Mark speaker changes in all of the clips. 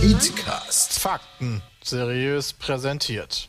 Speaker 1: Podcast. Fakten seriös präsentiert.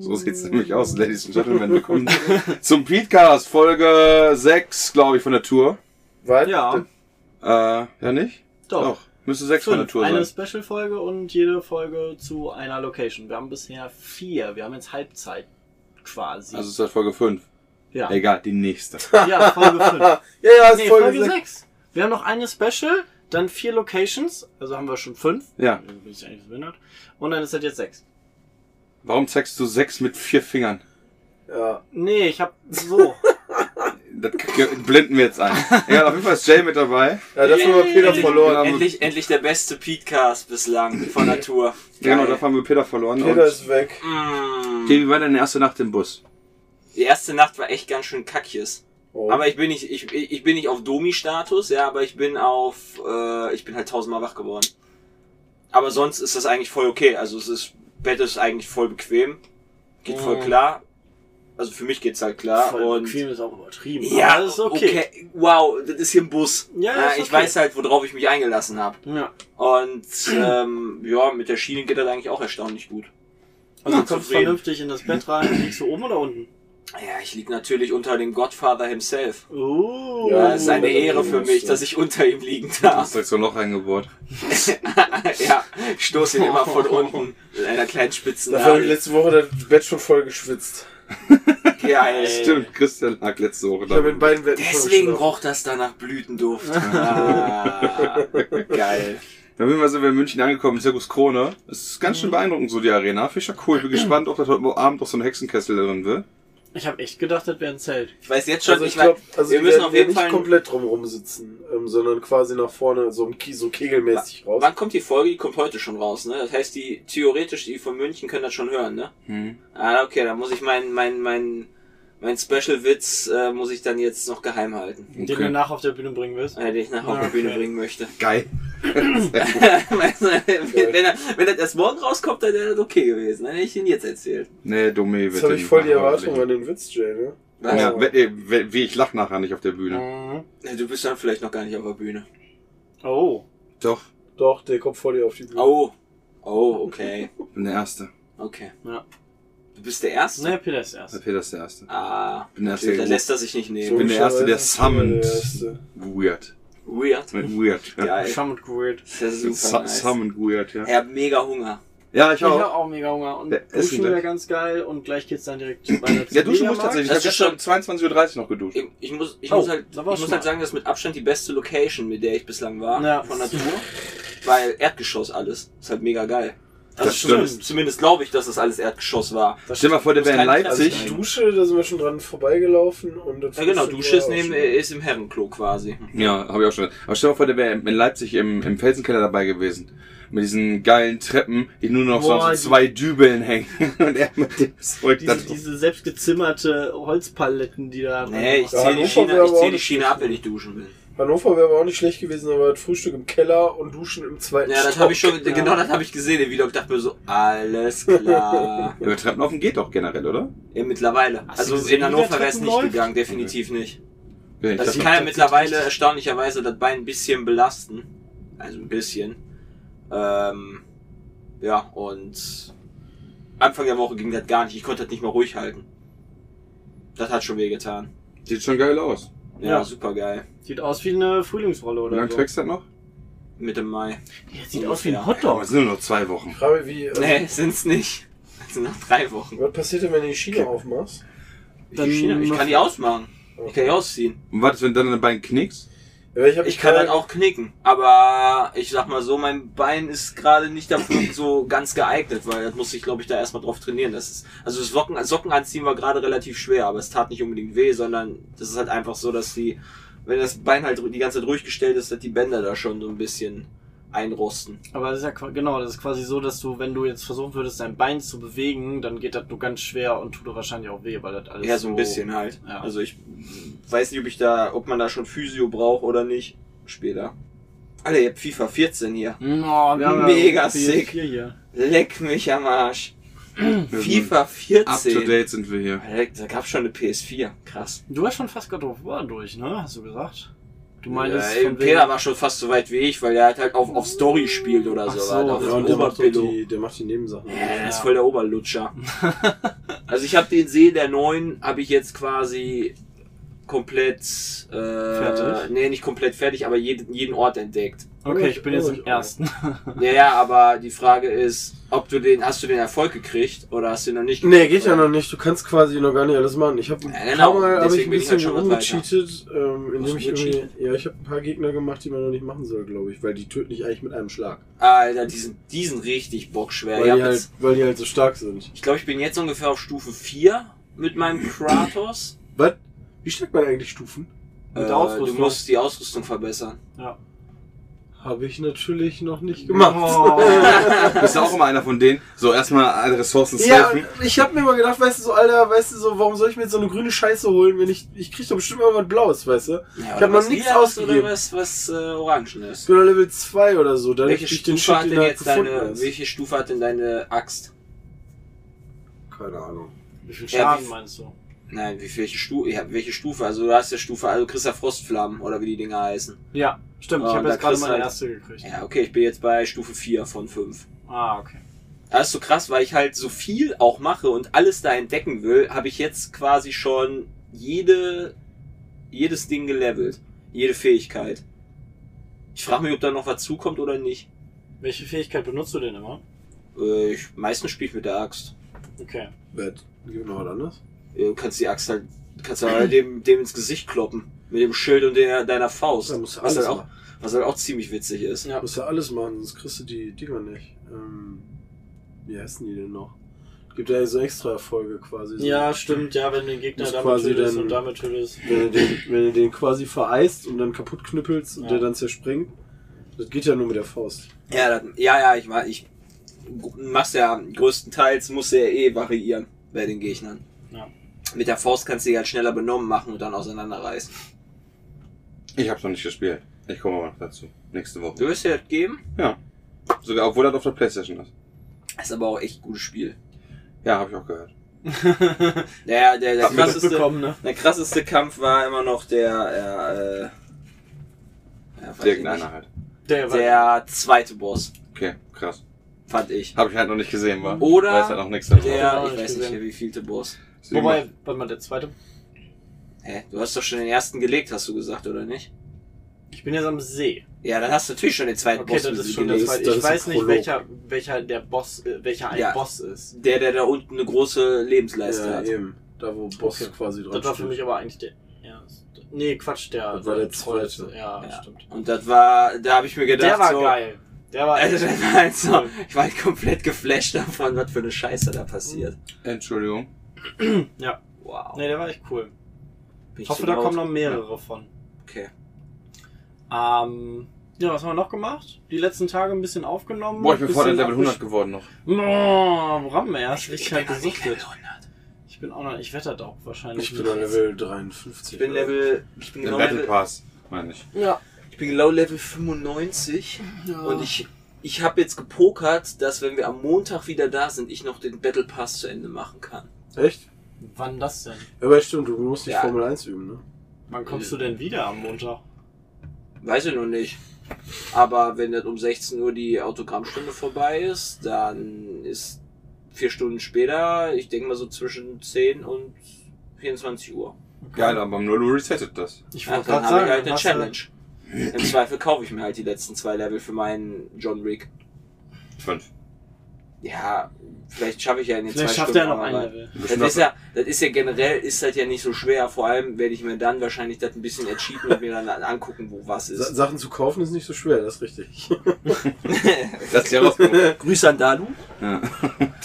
Speaker 2: So sieht's nämlich aus, Ladies and Gentlemen. Willkommen zum Petecast, Folge 6, glaube ich, von der Tour.
Speaker 3: Was?
Speaker 4: Ja,
Speaker 2: Äh, ja nicht?
Speaker 4: Doch.
Speaker 2: Müsste 6 von der
Speaker 4: fünf.
Speaker 2: Tour
Speaker 4: Eine
Speaker 2: sein.
Speaker 4: Special-Folge und jede Folge zu einer Location. Wir haben bisher vier. Wir haben jetzt Halbzeit quasi.
Speaker 2: Also ist das Folge 5.
Speaker 4: ja.
Speaker 2: Egal, die nächste.
Speaker 4: ja, Folge 5.
Speaker 3: Ja, ja, ist
Speaker 4: Nee,
Speaker 3: Folge,
Speaker 4: Folge
Speaker 3: sechs.
Speaker 4: 6. Wir haben noch eine Special, dann vier Locations, also haben wir schon fünf.
Speaker 2: Ja.
Speaker 4: Bin ich eigentlich verwundert. Und dann ist das jetzt sechs.
Speaker 2: Warum zeigst du 6 mit vier Fingern?
Speaker 3: Ja.
Speaker 4: Nee, ich hab so.
Speaker 2: Das ge- blenden wir jetzt ein. Ja, auf jeden Fall ist Jay mit dabei.
Speaker 3: ja, das haben wir Peter verloren.
Speaker 5: Endlich, endlich der beste Pete-Cast bislang von der Tour.
Speaker 2: Ja, Genau, da haben wir Peter verloren.
Speaker 3: Peter
Speaker 2: und
Speaker 3: ist weg.
Speaker 5: Mm.
Speaker 2: Jay, wie war deine erste Nacht im Bus?
Speaker 5: Die erste Nacht war echt ganz schön kackjes.
Speaker 3: Oh.
Speaker 5: Aber ich bin nicht, ich, ich bin nicht auf Domi-Status, ja, aber ich bin auf, äh, ich bin halt tausendmal wach geworden. Aber sonst ist das eigentlich voll okay. Also es ist, Bett ist eigentlich voll bequem. Geht voll klar. Also für mich geht's halt klar.
Speaker 4: Mhm. Voll
Speaker 5: und
Speaker 4: bequem ist auch übertrieben.
Speaker 5: Ja,
Speaker 4: aber das ist okay.
Speaker 5: Wow, das ist hier ein Bus.
Speaker 4: Ja, ist
Speaker 5: ich
Speaker 4: okay.
Speaker 5: weiß halt, worauf ich mich eingelassen habe.
Speaker 4: Ja.
Speaker 5: Und ähm, ja, mit der Schiene geht das eigentlich auch erstaunlich gut.
Speaker 4: Also
Speaker 5: Ja,
Speaker 4: du kommst
Speaker 5: zufrieden.
Speaker 4: vernünftig in das Bett rein. Liegst du oben oder unten?
Speaker 5: Ja, ich lieg natürlich unter dem Godfather himself.
Speaker 4: Uh.
Speaker 3: Ja,
Speaker 5: Das ist eine Ehre für mich, dass ich unter ihm liegen darf.
Speaker 2: direkt so ein Loch reingebohrt.
Speaker 5: ja, stoß ihn immer von unten mit einer kleinen spitzen
Speaker 3: Dafür habe ich
Speaker 5: Nadel.
Speaker 3: letzte Woche das Bett schon voll geschwitzt.
Speaker 5: Geil.
Speaker 2: Stimmt, Christian lag letzte Woche
Speaker 3: Ich habe in
Speaker 2: da.
Speaker 3: beiden Betten schon
Speaker 5: Deswegen
Speaker 3: geschlafen.
Speaker 5: roch das danach Blütenduft. Ah, geil.
Speaker 3: Also
Speaker 2: Dann sind wir sind wir in München angekommen, Zirkus Krone. Es ist ganz schön beeindruckend, so die Arena. Fischer cool. Bin gespannt, ob das heute Abend auch so ein Hexenkessel drin wird.
Speaker 4: Ich habe echt gedacht, das wäre ein Zelt.
Speaker 5: Ich weiß jetzt schon,
Speaker 3: Also ich
Speaker 5: ich mein,
Speaker 3: glaube, also
Speaker 5: wir
Speaker 3: die
Speaker 5: müssen
Speaker 3: werden
Speaker 5: auf jeden
Speaker 3: nicht
Speaker 5: Fall.
Speaker 3: komplett drumrum sitzen, ähm, sondern quasi nach vorne so, im Ki- so kegelmäßig raus.
Speaker 5: Wann kommt die Folge? Die kommt heute schon raus, ne? Das heißt, die theoretisch, die von München können das schon hören, ne?
Speaker 2: Hm.
Speaker 5: Ah, okay, dann muss ich meinen mein, mein, mein Special-Witz äh, muss ich dann jetzt noch geheim halten.
Speaker 4: Den du nach auf der Bühne bringen wirst.
Speaker 5: Äh, den ich nach auf die
Speaker 4: Okay.
Speaker 5: Bühne bringen möchte.
Speaker 2: Geil.
Speaker 5: wenn, er, wenn das erst morgen rauskommt, dann wäre das okay gewesen. Dann hätte ich ihn jetzt erzählt.
Speaker 2: Nee, dumme wird
Speaker 3: Jetzt habe
Speaker 2: der
Speaker 3: ich
Speaker 2: nicht
Speaker 3: voll die
Speaker 2: machen,
Speaker 3: Erwartung an
Speaker 2: hoffentlich.
Speaker 3: den Witz, Jay, ne?
Speaker 5: Was?
Speaker 2: Ja, we- eh, we- wie ich lach nachher nicht auf der Bühne.
Speaker 4: Mhm.
Speaker 5: Ja, Du bist dann vielleicht noch gar nicht auf der Bühne.
Speaker 4: Oh.
Speaker 2: Doch,
Speaker 3: Doch, der kommt vor dir auf die Bühne.
Speaker 5: Oh. Oh, okay.
Speaker 2: bin der Erste.
Speaker 5: Okay.
Speaker 4: Ja.
Speaker 5: Du bist der Erste?
Speaker 4: Ne, Peter ist
Speaker 2: Der
Speaker 4: erst.
Speaker 2: Peter ist der Erste.
Speaker 5: Ah.
Speaker 2: Bin der
Speaker 5: Da
Speaker 2: Erste.
Speaker 5: lässt er sich nicht
Speaker 2: ich bin
Speaker 5: nehmen.
Speaker 2: der Erste, der
Speaker 3: Summoned.
Speaker 2: summoned. Weird.
Speaker 5: Weird.
Speaker 2: Mit Weird. Ja.
Speaker 5: Geil.
Speaker 4: Schon mit Weird.
Speaker 5: Das ist ja super
Speaker 2: Su-
Speaker 5: nice.
Speaker 2: Summoned Weird, ja.
Speaker 5: Er hat mega Hunger.
Speaker 2: Ja, ich
Speaker 4: Ich hab
Speaker 2: auch.
Speaker 4: auch mega Hunger. Und
Speaker 2: Wir essen
Speaker 4: Duschen wäre
Speaker 2: gleich.
Speaker 4: ganz geil. Und gleich geht's dann direkt weiter
Speaker 2: Ja, duschen muss tatsächlich. Ich
Speaker 5: Das
Speaker 2: habe
Speaker 5: ist
Speaker 2: gestern um 22.30 Uhr noch geduscht.
Speaker 5: Ich, ich muss, ich
Speaker 4: Oh,
Speaker 5: muss halt, ich
Speaker 4: da war's
Speaker 5: muss
Speaker 4: schon
Speaker 5: halt
Speaker 4: mal.
Speaker 5: sagen, das ist mit Abstand die beste Location, mit der ich bislang war,
Speaker 4: Ja.
Speaker 5: von der Tour. Weil Erdgeschoss alles. Ist halt mega geil. Also
Speaker 2: Das stimmt.
Speaker 5: Zumindest, zumindest glaube ich, dass das alles Erdgeschoss war.
Speaker 2: Stell dir mal vor, der
Speaker 5: muss
Speaker 2: wäre in
Speaker 5: kein
Speaker 3: Also
Speaker 2: Leipzig.
Speaker 3: die Dusche, da sind wir schon dran vorbeigelaufen und das
Speaker 5: Ja genau,
Speaker 3: Frühstück
Speaker 5: Dusche ist,
Speaker 3: war auch
Speaker 5: neben,
Speaker 3: schon-
Speaker 5: ist im Herrenklo quasi.
Speaker 2: Ja, habe ich auch schon. Aber stell dir mal vor, der wäre in Leipzig im, im Felsenkeller dabei gewesen. Mit diesen geilen Treppen, die nur noch
Speaker 4: Boah,
Speaker 2: so
Speaker 4: die-
Speaker 2: so zwei Dübeln hängen. Und er mit dem Zeug da
Speaker 4: Diese,
Speaker 2: drauf.
Speaker 4: diese selbstgezimmerte Holzpaletten, die da.
Speaker 5: Nee, ich
Speaker 3: Ja,
Speaker 5: zähle die
Speaker 3: Hannover
Speaker 5: Schiene,
Speaker 3: wäre
Speaker 5: ich
Speaker 3: aber
Speaker 5: zähl
Speaker 3: auch
Speaker 5: die
Speaker 3: nicht
Speaker 5: Schiene
Speaker 3: schlecht.
Speaker 5: ab, wenn ich duschen will.
Speaker 3: Hannover wäre aber auch nicht schlecht gewesen, aber das Frühstück im Keller und Duschen im zweiten
Speaker 5: Ja, das
Speaker 3: Stock.
Speaker 5: habe ich schon, genau das habe ich gesehen im Video und dachte mir so, alles klar.
Speaker 2: Ja, aber Treppenlaufen geht doch generell, oder?
Speaker 5: ja, mittlerweile.
Speaker 4: Hast du
Speaker 5: Also
Speaker 4: gesehen,
Speaker 5: in
Speaker 4: wie der
Speaker 5: Hannover wäre es
Speaker 4: Treppen
Speaker 5: nicht
Speaker 4: läuft?
Speaker 5: gegangen, definitiv nicht.
Speaker 2: Ja, ich
Speaker 5: Das
Speaker 2: dachte-
Speaker 5: kann ja mittlerweile erstaunlicherweise das Bein ein bisschen belasten. Also ein bisschen. Ähm, ja, und Anfang der Woche ging das gar nicht. Ich konnte das nicht mal ruhig halten. Das hat schon wehgetan.
Speaker 2: sieht schon geil aus.
Speaker 5: Ja,
Speaker 4: Ja.
Speaker 5: super geil.
Speaker 4: Sieht aus wie eine Frühlingsrolle
Speaker 2: Wie
Speaker 4: oder
Speaker 2: lange
Speaker 4: so.
Speaker 2: trägst du das noch?
Speaker 5: Mitte Mai.
Speaker 4: Ja, sieht aus wie ein
Speaker 2: Ja,
Speaker 4: Hotdog.
Speaker 2: es sind nur noch zwei Wochen.
Speaker 3: Frage wie, also,
Speaker 5: Nee, sind's nicht. Also nach drei Wochen.
Speaker 3: Was passiert denn, wenn du die Schiene aufmachst?
Speaker 4: Dann
Speaker 5: ich, ich
Speaker 4: mach-
Speaker 5: kann die ausmachen. Ich kann die ausziehen.
Speaker 2: Und was, wenn dann dein Bein knickst?
Speaker 3: Ja, ich, hab
Speaker 5: Ich kann
Speaker 3: keine-
Speaker 5: halt auch knicken, aber ich sag mal so, mein Bein ist gerade nicht dafür so ganz geeignet, weil das muss ich, glaube ich, da erstmal drauf trainieren. Das ist, also das Socken, Socken anziehen war gerade relativ schwer, aber es tat nicht unbedingt weh, sondern das ist halt einfach so, dass die, wenn das Bein halt die ganze Zeit ruhig gestellt ist, dass die Bänder da schon so ein bisschen einrosten.
Speaker 4: Aber das ist ja qua- genau, das ist quasi so, dass du, wenn du jetzt versuchen würdest, dein Bein zu bewegen, dann geht das nur ganz schwer und tut dir wahrscheinlich auch weh, weil das alles
Speaker 5: Ja, so ein bisschen halt.
Speaker 4: Ja.
Speaker 5: Also ich weiß nicht, ob ich da, ob man da schon Physio braucht oder nicht. Später. Alter, ihr habt FIFA 14 hier.
Speaker 4: Oh, wir haben
Speaker 5: Mega
Speaker 4: ja
Speaker 5: sick.
Speaker 4: PS4 Hier.
Speaker 5: Leck mich am Arsch.
Speaker 2: Wir
Speaker 5: FIFA
Speaker 2: sind Up to
Speaker 5: 14.
Speaker 2: date sind wir hier.
Speaker 5: Alter, da gab's schon eine PS4. Krass.
Speaker 4: Du hast schon fast God of War durch, ne? Hast du gesagt? Du meinst,
Speaker 5: ja, eben, Peter war schon fast so weit wie ich, weil er halt, halt auf, auf Story spielt oder
Speaker 4: Ach
Speaker 5: so.
Speaker 4: so,
Speaker 5: halt auf
Speaker 3: Ja,
Speaker 5: dem
Speaker 3: und der macht, doch
Speaker 5: Oberpillow.
Speaker 3: die, der macht die Nebensachen.
Speaker 5: Ja, der ist voll der Oberlutscher. also ich habe den See der Neuen, habe ich jetzt quasi komplett... Äh,
Speaker 4: Fertig?
Speaker 5: Nee, nicht komplett fertig, aber jeden, jeden Ort entdeckt.
Speaker 4: okay, ich bin jetzt
Speaker 3: Oh,
Speaker 4: im
Speaker 3: ich-
Speaker 4: ersten.
Speaker 5: Ja, ja, aber die Frage ist, ob du den, hast du den Erfolg gekriegt oder hast du ihn noch nicht
Speaker 3: Nee, geht ja
Speaker 5: Oder-
Speaker 3: noch nicht. Du kannst quasi noch gar nicht alles machen. Ich habe ein
Speaker 5: Ja, genau.
Speaker 3: paar Mal hab ich
Speaker 5: Deswegen
Speaker 3: ein
Speaker 5: bin ich halt
Speaker 3: bisschen
Speaker 5: schon was
Speaker 3: rumgecheatet, ähm, indem ich irgendwie.
Speaker 5: rumgecheatet?
Speaker 3: Ja, ich habe ein paar Gegner gemacht, die man noch nicht machen soll, glaube ich, weil die töten dich eigentlich mit einem Schlag.
Speaker 5: Alter, die sind, die sind richtig bockschwer.
Speaker 3: Weil,
Speaker 5: Ich, hab
Speaker 3: die
Speaker 5: jetzt-
Speaker 3: halt, weil die halt so stark sind.
Speaker 5: ich glaube, ich bin jetzt ungefähr auf Stufe 4 mit meinem Kratos.
Speaker 3: Was? Wie steckt man eigentlich Stufen?
Speaker 4: Mit
Speaker 5: äh,
Speaker 4: Ausrüstung.
Speaker 5: Du musst die Ausrüstung verbessern.
Speaker 4: ja.
Speaker 3: Habe ich natürlich noch nicht gemacht.
Speaker 5: Oh.
Speaker 4: Oh.
Speaker 2: Bist du auch immer einer von denen? So, erstmal alle Ressourcen
Speaker 3: Ja,
Speaker 2: safen.
Speaker 3: ich habe mir immer gedacht, weißt du, so, Alter, weißt du, so, warum soll ich mir jetzt so eine grüne Scheiße holen, wenn ich, ich krieg doch bestimmt mal was Blaues, weißt du?
Speaker 5: Ja,
Speaker 3: ich habe noch nichts ausgegeben.
Speaker 5: Oder was, was äh, Orangen ist.
Speaker 3: Ich bin auf Level 2 oder so, dann
Speaker 5: Welche
Speaker 3: krieg ich den
Speaker 5: Stufe, hat
Speaker 3: Shit,
Speaker 5: denn
Speaker 3: den halt
Speaker 5: jetzt
Speaker 3: gefunden
Speaker 5: deine,
Speaker 3: hast.
Speaker 5: welche Stufe hat denn deine Axt?
Speaker 3: Keine Ahnung.
Speaker 4: Wie viel
Speaker 5: Ja,
Speaker 4: Schaden
Speaker 5: wie-
Speaker 4: meinst du?
Speaker 5: Nein, wie, welche, Stu ja, welche Stufe? Also du hast ja Stufe, also du kriegst ja Frostflammen oder wie die Dinger heißen.
Speaker 4: Ja, stimmt.
Speaker 5: Oh,
Speaker 4: ich habe
Speaker 5: da
Speaker 4: jetzt gerade
Speaker 5: kriegst du
Speaker 4: meine
Speaker 5: halt-
Speaker 4: erste gekriegt.
Speaker 5: Ja, okay, ich bin jetzt bei Stufe 4 von 5.
Speaker 4: Ah, okay.
Speaker 5: Das ist so krass, weil ich halt so viel auch mache und alles da entdecken will, habe ich jetzt quasi schon jede, jedes Ding gelevelt. Jede Fähigkeit. Ich frage mich, ob da noch was zukommt oder nicht.
Speaker 4: Welche Fähigkeit benutzt du denn immer?
Speaker 5: Äh, Ich, meistens spiele ich mit der Axt.
Speaker 4: Okay.
Speaker 3: Bett. Gibt noch was anderes?
Speaker 5: Äh, Du kannst die Axt halt, kannst halt dem, dem ins Gesicht kloppen. Mit dem Schild und der, deiner Faust.
Speaker 3: Ja, musst du
Speaker 5: was,
Speaker 3: alles
Speaker 5: halt auch, was halt auch ziemlich witzig ist.
Speaker 4: Ja.
Speaker 3: Musst ja alles machen, sonst kriegst du die Dinger nicht. Ähm, wie heißen die denn noch? Gibt ja so extra Erfolge quasi. So.
Speaker 4: Ja, stimmt. Ja, wenn du den Gegner
Speaker 3: Muss
Speaker 4: damit
Speaker 3: quasi
Speaker 4: tötest
Speaker 3: dann-
Speaker 4: und damit tötest.
Speaker 3: Wenn du, den, wenn du den quasi vereist und dann kaputt knüppelst und
Speaker 4: Ja.
Speaker 3: der dann zerspringt, das geht ja nur mit der Faust.
Speaker 5: Ja, das, ja, ja, ich meine, ich mach's ja größtenteils, muss ja eh variieren bei den Gegnern.
Speaker 4: Ja.
Speaker 5: Mit der Faust kannst du die halt schneller benommen machen und dann auseinanderreißen.
Speaker 2: Ich hab's noch nicht gespielt. Ich komme mal dazu. Nächste Woche.
Speaker 5: Du wirst dir das geben?
Speaker 2: Ja. Sogar, obwohl das auf der Playstation ist.
Speaker 5: Ist aber auch echt ein gutes Spiel.
Speaker 2: Ja, habe ich auch gehört.
Speaker 5: Der, der, der,
Speaker 4: Hab mir das
Speaker 5: krasseste,
Speaker 4: bekommen, ne?
Speaker 5: der krasseste Kampf war immer noch der, äh, äh, ja, weiß ich
Speaker 2: Irgendeiner halt.
Speaker 4: Der,
Speaker 5: nicht.
Speaker 4: war-
Speaker 5: Der zweite Boss,
Speaker 2: Okay, krass.
Speaker 5: fand ich.
Speaker 2: Habe ich halt noch nicht gesehen, war.
Speaker 5: Oder
Speaker 2: Weiß halt noch nichts
Speaker 5: Der,
Speaker 2: davon.
Speaker 4: Ja,
Speaker 5: ich
Speaker 4: ich
Speaker 5: weiß nicht,
Speaker 4: gesehen.
Speaker 5: wie vielte Boss.
Speaker 4: Wobei, warte mal, der zweite.
Speaker 5: Hä, du hast doch schon den ersten gelegt, hast du gesagt, oder nicht?
Speaker 4: Ich bin jetzt am See.
Speaker 5: Ja, dann hast du natürlich schon den zweiten
Speaker 4: Okay,
Speaker 5: Boss
Speaker 4: das ist
Speaker 5: besiegt.
Speaker 4: schon der
Speaker 3: das-
Speaker 4: zweite.
Speaker 3: das
Speaker 4: Ich
Speaker 3: ist ein
Speaker 4: weiß nicht,
Speaker 3: Prolog.
Speaker 4: welcher, welcher der Boss, äh, welcher ein
Speaker 5: Ja.
Speaker 4: Boss ist.
Speaker 5: Der, der da unten eine große Lebensleiste
Speaker 3: ja,
Speaker 5: hat.
Speaker 3: eben. Da wo Boss
Speaker 4: Okay.
Speaker 3: quasi dran
Speaker 4: Das war für
Speaker 3: steht.
Speaker 4: mich aber eigentlich der erste. Nee, Quatsch, der.
Speaker 3: Das war der
Speaker 4: treueste.
Speaker 3: zweite.
Speaker 4: Ja,
Speaker 5: Ja.
Speaker 4: stimmt.
Speaker 5: Und das war, da habe ich mir gedacht,
Speaker 4: Der war
Speaker 5: so,
Speaker 4: geil. Der war
Speaker 5: Also, das war halt so,
Speaker 4: Cool.
Speaker 5: ich war halt komplett geflasht davon, was für eine Scheiße da passiert.
Speaker 2: Entschuldigung.
Speaker 4: Ja.
Speaker 5: Wow.
Speaker 4: Nee, der war echt cool. Ich
Speaker 5: Bin ich
Speaker 4: hoffe,
Speaker 5: so
Speaker 4: da
Speaker 5: laut?
Speaker 4: kommen noch mehrere von.
Speaker 5: Okay.
Speaker 4: Ähm, ja, was haben wir noch gemacht? Die letzten Tage ein bisschen aufgenommen.
Speaker 2: Boah, ich bin
Speaker 4: bisschen
Speaker 2: vorher Level 100
Speaker 4: abgesch-
Speaker 2: geworden noch.
Speaker 4: Boah, woran erst? Ich, halt
Speaker 5: noch nicht
Speaker 4: gesuchtet.
Speaker 5: Level 100.
Speaker 4: Ich bin auch noch, ich wette da auch wahrscheinlich.
Speaker 3: Ich bin auf Level 53.
Speaker 5: Ich bin Level, ich bin
Speaker 2: Im
Speaker 5: genau
Speaker 2: Battle
Speaker 5: Level,
Speaker 2: Pass, meine ich.
Speaker 4: Ja.
Speaker 5: ich bin genau Level 95 und ich, ich habe jetzt gepokert, dass wenn wir am Montag wieder da sind, ich noch den Battle Pass zu Ende machen kann.
Speaker 3: Echt?
Speaker 4: Wann das denn?
Speaker 3: Aber stimmt, du musst nicht
Speaker 5: Ja.
Speaker 3: Formel 1 üben, ne?
Speaker 4: Wann kommst du denn wieder am Montag?
Speaker 5: Weiß ich noch nicht. Aber wenn das um 16 Uhr die Autogrammstunde vorbei ist, dann ist vier Stunden später, ich denke mal so zwischen 10 und 24 Uhr.
Speaker 2: Geil, aber am Null resettet das.
Speaker 4: Ich
Speaker 5: Ja,
Speaker 4: wollte
Speaker 5: dann
Speaker 4: gerade
Speaker 5: habe
Speaker 4: sagen,
Speaker 5: ich halt eine
Speaker 4: hast du-
Speaker 5: Challenge. Im Zweifel kaufe ich mir halt die letzten zwei Level für meinen John Wick.
Speaker 2: Fünf.
Speaker 5: Ja, vielleicht schaffe ich ja in den
Speaker 4: Vielleicht
Speaker 5: zwei
Speaker 4: schafft er
Speaker 5: Stunden
Speaker 4: noch
Speaker 5: auch
Speaker 4: ein
Speaker 5: mal.
Speaker 4: Level.
Speaker 5: Das ist, ja, das ist ja generell, ist das ja nicht so schwer. Vor allem werde ich mir dann wahrscheinlich das ein bisschen ercheaten und mir dann angucken, wo was
Speaker 3: Sa
Speaker 5: ist.
Speaker 3: Sachen zu kaufen ist nicht so schwer, das ist richtig.
Speaker 2: Das ist ja was. Tim
Speaker 5: Grüße an Dalu.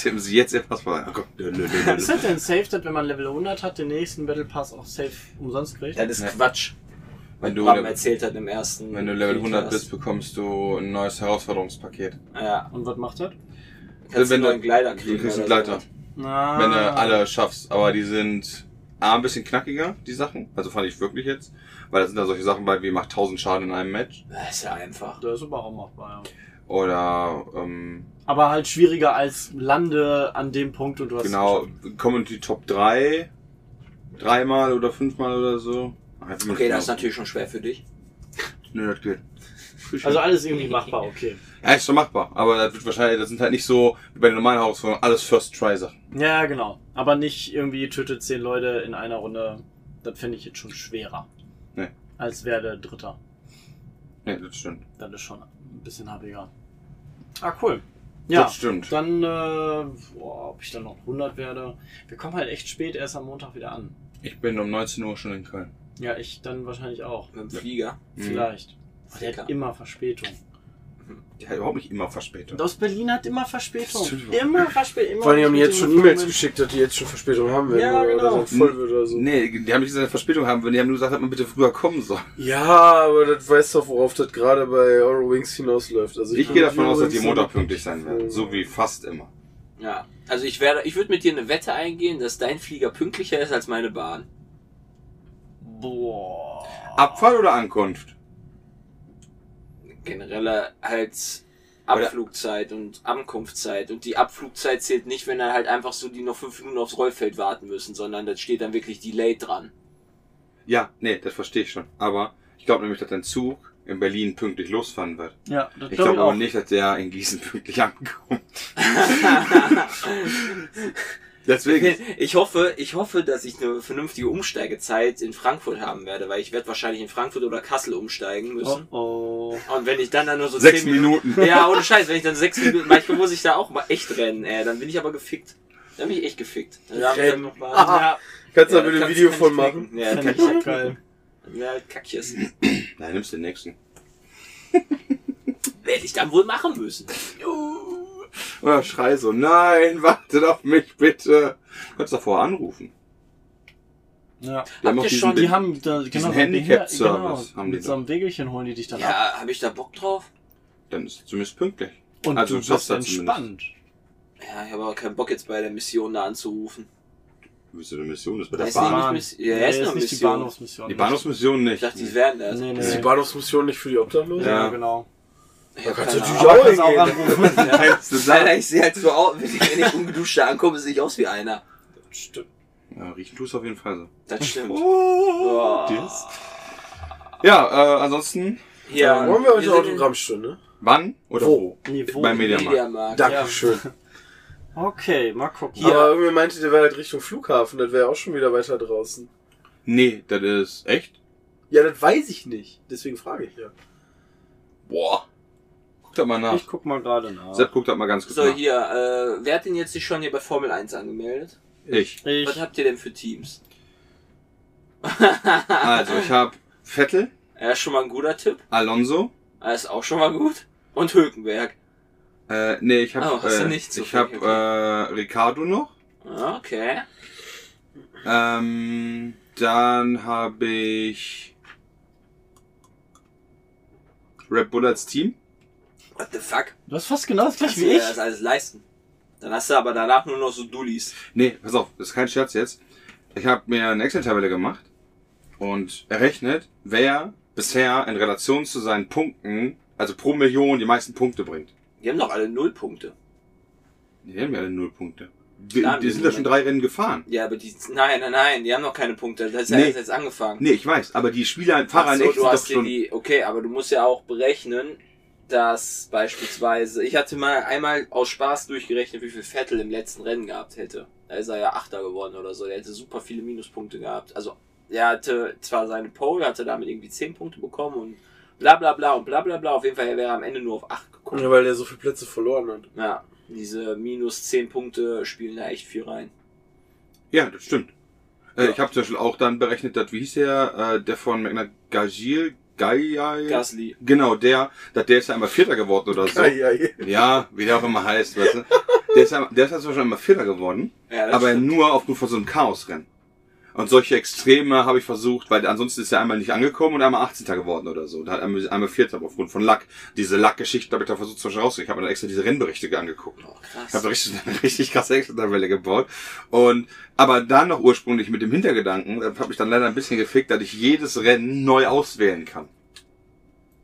Speaker 2: haben sie jetzt etwas vor. Oh Gott. Nö, nö, nö,
Speaker 4: Ist
Speaker 2: nö.
Speaker 4: das denn safe, dass wenn man Level 100 hat, den nächsten Battle Pass auch safe umsonst kriegt?
Speaker 5: Das ist Quatsch.
Speaker 2: Wenn
Speaker 5: Wenn
Speaker 2: du-
Speaker 5: du Bram erzählt hat im ersten.
Speaker 2: Wenn du Level 100 bist,
Speaker 5: Podcast.
Speaker 2: bekommst du ein neues Herausforderungspaket.
Speaker 5: Ja.
Speaker 4: Und was macht das?
Speaker 5: Kannst
Speaker 2: wenn
Speaker 5: du
Speaker 2: du-
Speaker 5: einen Gleiter
Speaker 2: Du
Speaker 5: kriegen.
Speaker 2: kriegst einen
Speaker 5: oder
Speaker 2: Gleiter.
Speaker 5: sowas.
Speaker 4: Na,
Speaker 2: Wenn du alle schaffst. Aber die sind A, ein bisschen knackiger, die Sachen. Also fand ich wirklich jetzt. Weil da sind da solche Sachen bei, wie macht 1000 Schaden in einem Match.
Speaker 5: Das ist ja einfach.
Speaker 4: Das ist aber auch machbar, ja.
Speaker 2: Oder, ähm,
Speaker 4: Aber halt schwieriger als Lande an dem Punkt und du hast
Speaker 2: genau, kommen die Top 3. Dreimal oder fünfmal oder so. Einfach
Speaker 5: Okay,
Speaker 2: mit-
Speaker 5: das ist natürlich schon schwer für dich.
Speaker 2: Nö, das geht.
Speaker 4: Also alles irgendwie machbar, okay.
Speaker 2: Ja, ist schon machbar. Aber das wird wahrscheinlich, das sind halt nicht so, wie bei den normalen Herausforderungen, alles First-Try-Sachen.
Speaker 4: Ja, genau. Aber nicht irgendwie tötet zehn Leute in einer Runde. Das finde ich jetzt schon schwerer.
Speaker 2: Nee.
Speaker 4: Als wäre der Dritter.
Speaker 2: Nee, das stimmt.
Speaker 4: Das ist schon ein bisschen happiger. Ah, cool. Ja,
Speaker 2: Das stimmt.
Speaker 4: dann, äh, boah, ob ich dann noch 100 werde. Wir kommen halt echt spät erst am Montag wieder an.
Speaker 2: Ich bin um 19 Uhr schon in Köln.
Speaker 4: Ja, ich dann wahrscheinlich auch. ne?
Speaker 5: Mit dem Flieger.
Speaker 2: Mhm.
Speaker 4: Vielleicht. Der
Speaker 5: Lecker.
Speaker 4: hat immer Verspätung.
Speaker 2: Die hat überhaupt nicht immer Verspätung.
Speaker 4: Und aus Berlin hat immer Verspätung.
Speaker 2: Das tut mir-
Speaker 4: Immer Verspätung.
Speaker 3: Vor allem haben die jetzt schon E-Mails geschickt, dass die jetzt schon Verspätung haben werden
Speaker 4: Ja,
Speaker 3: oder,
Speaker 4: genau.
Speaker 3: oder so voll wird oder so.
Speaker 2: Also, Nee, die haben nicht gesagt, Verspätung haben, wenn die haben nur gesagt, dass man bitte früher kommen soll.
Speaker 3: Ja, aber das weißt doch, worauf das gerade bei Euro Wings hinausläuft. Also
Speaker 2: Ich
Speaker 3: bin
Speaker 2: gehe davon
Speaker 3: mit
Speaker 2: aus, dass
Speaker 3: Eurowings
Speaker 2: die Montag pünktlich sein werden. So wie fast immer.
Speaker 5: Ja. Also ich werde, ich würde mit dir eine Wette eingehen, dass dein Flieger pünktlicher ist als meine Bahn.
Speaker 4: Boah.
Speaker 2: Abfall oder Ankunft?
Speaker 5: generelle halt
Speaker 2: Aber da-
Speaker 5: Abflugzeit und Ankunftszeit. Und die Abflugzeit zählt nicht, wenn dann halt einfach so die noch fünf Minuten aufs Rollfeld warten müssen, sondern da steht dann wirklich Delayed dran.
Speaker 2: Ja, nee, das verstehe ich schon. Aber ich glaube nämlich, dass dein Zug in Berlin pünktlich losfahren wird.
Speaker 4: Ja, das glaube
Speaker 2: Ich
Speaker 4: ich
Speaker 2: glaube aber
Speaker 4: auch.
Speaker 2: nicht, dass der in Gießen pünktlich ankommt. Deswegen.
Speaker 5: Ich hoffe, ich hoffe, dass ich eine vernünftige Umsteigezeit in Frankfurt haben werde, weil ich werde wahrscheinlich in Frankfurt oder Kassel umsteigen
Speaker 4: Oh,
Speaker 5: müssen.
Speaker 4: oh.
Speaker 5: Und wenn ich dann, dann nur so
Speaker 2: Sechs
Speaker 5: zehn Minuten.
Speaker 2: Minuten.
Speaker 5: Ja, ohne Scheiß, wenn ich dann sechs Minuten, manchmal muss ich da auch mal echt rennen, ey, dann bin ich aber gefickt. Dann bin ich echt gefickt. Dann darf ich dann noch mal-
Speaker 4: Ja,
Speaker 3: Kannst du da
Speaker 5: Ja,
Speaker 3: bitte ein
Speaker 5: kannst-
Speaker 3: Video
Speaker 5: kann ich
Speaker 3: von machen?
Speaker 5: knicken. Ja,
Speaker 4: fänd
Speaker 5: kann
Speaker 4: ich ja
Speaker 5: ich
Speaker 4: geil.
Speaker 5: Ja, Kackjes.
Speaker 2: Nein, nimmst den nächsten.
Speaker 5: Werde ich dann wohl machen müssen.
Speaker 2: Oder schrei so, nein, wartet auf mich bitte. Du kannst doch vorher anrufen.
Speaker 4: Ja.
Speaker 2: Die haben auch
Speaker 5: Habt ihr
Speaker 2: diesen
Speaker 5: schon,
Speaker 2: Be-
Speaker 4: Die haben da genau,
Speaker 2: Handicap-Service
Speaker 4: Genau,
Speaker 2: haben die
Speaker 4: mit so
Speaker 2: da.
Speaker 4: einem Wegelchen holen die dich dann ab.
Speaker 5: Ja, habe ich da Bock drauf?
Speaker 2: Dann ist es zumindest pünktlich.
Speaker 4: Und
Speaker 2: Also,
Speaker 4: du
Speaker 2: du schaffst
Speaker 4: bist
Speaker 2: das zumindest.
Speaker 4: entspannt.
Speaker 5: Ja, ich habe aber keinen Bock jetzt bei der Mission da anzurufen.
Speaker 2: Du bist ja der Mission, das bei
Speaker 5: Da
Speaker 2: der
Speaker 5: ist nicht
Speaker 2: Bahn.
Speaker 5: noch Miss- ja, ist noch
Speaker 4: nicht die
Speaker 5: Mission.
Speaker 4: Bahnhofsmission.
Speaker 2: Die Bahnhofsmission
Speaker 5: Ich
Speaker 2: nicht.
Speaker 5: dachte, die werden das.
Speaker 4: Nee, nee.
Speaker 3: Ist die Bahnhofsmission nicht für die Obdachlosen?
Speaker 4: Ja,
Speaker 2: Ja.
Speaker 4: genau.
Speaker 5: Ich hab
Speaker 3: Kannst
Speaker 5: keine
Speaker 3: du
Speaker 5: Ahnung.
Speaker 3: natürlich auch
Speaker 4: kannst auch
Speaker 3: hingehen.
Speaker 4: anrufen.
Speaker 2: Kennst du
Speaker 5: Alter,
Speaker 2: das?
Speaker 5: ich sehe halt so aus, wenn ich, wenn ich ungeduscht da ankomme, sehe ich aus wie einer.
Speaker 2: Ja, riechen tust du auf jeden Fall so.
Speaker 5: Das stimmt.
Speaker 2: Dienst. Ja, äh, ansonsten,
Speaker 5: Ja,
Speaker 3: Wollen wir heute
Speaker 5: sind
Speaker 3: Autogrammstunde?
Speaker 2: wann oder
Speaker 3: Wo?
Speaker 2: wo?
Speaker 4: Niveau.
Speaker 2: Beim
Speaker 5: im
Speaker 2: Mediamarkt.
Speaker 5: Mediamarkt.
Speaker 3: Dankeschön.
Speaker 4: Okay, mal gucken.
Speaker 3: Aber irgendwer meinte, der wäre halt Richtung Flughafen, das wäre auch schon wieder weiter draußen.
Speaker 2: Nee, das ist echt?
Speaker 3: Ja, das weiß ich nicht. Deswegen frage ich ja.
Speaker 2: Boah. Guck da mal nach.
Speaker 4: Ich guck mal gerade nach.
Speaker 2: Sepp guckt da mal ganz genau. kurz
Speaker 5: So,
Speaker 2: nach.
Speaker 5: hier, äh, wer hat denn jetzt sich schon hier bei Formel 1 angemeldet?
Speaker 2: Ich.
Speaker 5: Was
Speaker 4: Ich,
Speaker 5: habt ihr denn für Teams?
Speaker 2: Also, ich habe Vettel,
Speaker 5: Ja, schon mal ein guter Tipp.
Speaker 2: Alonso.
Speaker 5: Ah, Ist auch schon mal gut. Und Hülkenberg.
Speaker 2: Äh, nee, ich
Speaker 5: Oh,
Speaker 2: habe
Speaker 5: hast du
Speaker 2: äh,
Speaker 5: nicht so
Speaker 2: ich
Speaker 5: viel,
Speaker 2: habe
Speaker 5: okay.
Speaker 2: äh, Ricardo noch.
Speaker 5: Ah, Okay.
Speaker 2: Ähm, dann habe ich Red Bull als Team.
Speaker 5: What the fuck?
Speaker 4: du hast fast genau das gleiche
Speaker 5: Kannst
Speaker 4: wie
Speaker 5: du dir
Speaker 4: ich.
Speaker 5: das alles leisten? Dann hast du aber danach nur noch so Dullis.
Speaker 2: Nee, pass auf, das ist kein Scherz jetzt. Ich habe mir eine Excel-Tabelle gemacht und errechnet, wer bisher in Relation zu seinen Punkten, also pro Million, die meisten Punkte bringt.
Speaker 5: Die haben doch alle null Punkte.
Speaker 2: Die haben ja alle null Punkte. Wir,
Speaker 5: Klar,
Speaker 2: die
Speaker 5: wir
Speaker 2: sind
Speaker 5: sind
Speaker 2: da schon drei Rennen gefahren.
Speaker 5: Ja, aber die. Nein, nein, nein, die haben noch keine Punkte. Das ist ja
Speaker 2: Nee.
Speaker 5: erst jetzt angefangen.
Speaker 2: Nee, ich weiß, aber die Spieler, Fahrer
Speaker 5: Ach
Speaker 2: in
Speaker 5: so,
Speaker 2: echt sind
Speaker 5: du
Speaker 2: doch
Speaker 5: hast dir
Speaker 2: schon...
Speaker 5: die. Okay, aber du musst ja auch berechnen, dass beispielsweise. Ich hatte mal einmal aus Spaß durchgerechnet, wie viel Vettel im letzten Rennen gehabt hätte. Da ist er ja Achter geworden oder so. Der hätte super viele Minuspunkte gehabt. Also, er hatte zwar seine Pole, hatte damit irgendwie 10 Punkte bekommen und bla bla bla und bla bla bla. Auf jeden Fall, er wäre am Ende nur auf 8 gekommen.
Speaker 3: Ja, weil der so viele Plätze verloren hat.
Speaker 5: Ja. Diese minus 10 Punkte spielen da echt viel rein.
Speaker 2: Ja, das stimmt. Äh, Ich habe zum Beispiel auch dann berechnet, dass, wie hieß der, äh, der von McNagagil, Gaia,
Speaker 5: Gasly.
Speaker 2: genau, der, dass der ist ja einmal Vierter geworden oder so.
Speaker 3: ja, ja.
Speaker 2: Ja, wie der auch immer heißt, weißt du. Der ist, ja, der ist ja zum Beispiel einmal Vierter geworden,
Speaker 5: Ja, das
Speaker 2: aber
Speaker 5: stimmt.
Speaker 2: nur aufgrund von so einem Chaosrennen. Und solche Extreme habe ich versucht, weil ansonsten ist er einmal nicht angekommen und einmal 18. geworden oder so. Da hat einmal, einmal Vierter aufgrund von Lack. Diese Lack-Geschichten habe ich da versucht, zum Beispiel rauszukriegen. Ich habe mir dann extra diese Rennberichte angeguckt.
Speaker 5: Oh,
Speaker 2: Ich habe
Speaker 5: krass.
Speaker 2: richtig, richtig krasse Excel-Tabelle gebaut. Und, aber dann noch ursprünglich mit dem Hintergedanken, da habe ich dann leider ein bisschen gefickt, dass ich jedes Rennen neu auswählen kann.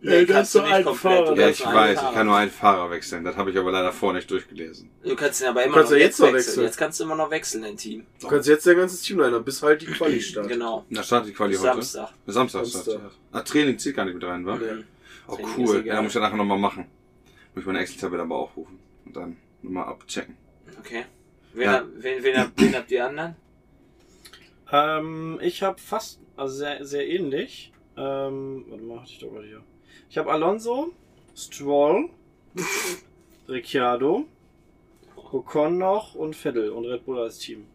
Speaker 3: Nee, kannst du einen Fahrer.
Speaker 5: du
Speaker 2: Ja,
Speaker 5: kannst
Speaker 2: ich
Speaker 5: nur einen
Speaker 2: weiß, ich
Speaker 5: Fahrer.
Speaker 2: kann nur einen Fahrer wechseln. Das habe ich aber leider vorher nicht durchgelesen.
Speaker 5: Du kannst ihn aber immer
Speaker 3: kannst
Speaker 5: noch
Speaker 3: ja jetzt
Speaker 5: jetzt
Speaker 3: noch
Speaker 5: wechseln.
Speaker 3: wechseln.
Speaker 5: Jetzt kannst du immer noch wechseln, dein Team.
Speaker 3: Du kannst jetzt dein ganzes Team leider, bis halt die Quali startet.
Speaker 5: Genau.
Speaker 2: Na, startet die Quali
Speaker 5: Bis
Speaker 2: heute?
Speaker 5: Samstag. Mhm.
Speaker 2: Bis Samstag.
Speaker 3: Samstag.
Speaker 2: startet. Ah, Training zählt gar nicht mit rein, wa?
Speaker 3: Nee.
Speaker 2: Oh,
Speaker 5: Training ist
Speaker 2: cool.
Speaker 5: egal.
Speaker 2: Ja, muss ich ja nachher nochmal machen. Muss ich meine Excel-Tabelle aber aufrufen. Und dann nochmal abchecken.
Speaker 5: Okay. Wen,
Speaker 2: Ja.
Speaker 5: hab- wen, wen, hab- wen habt ihr anderen?
Speaker 4: Ähm, ich habe fast also sehr, sehr ähnlich. Ähm, warte mal, hatte ich doch mal hier. Ich habe Alonso, Stroll, Ricciardo, Ocon noch und Vettel und Red Bull als Team.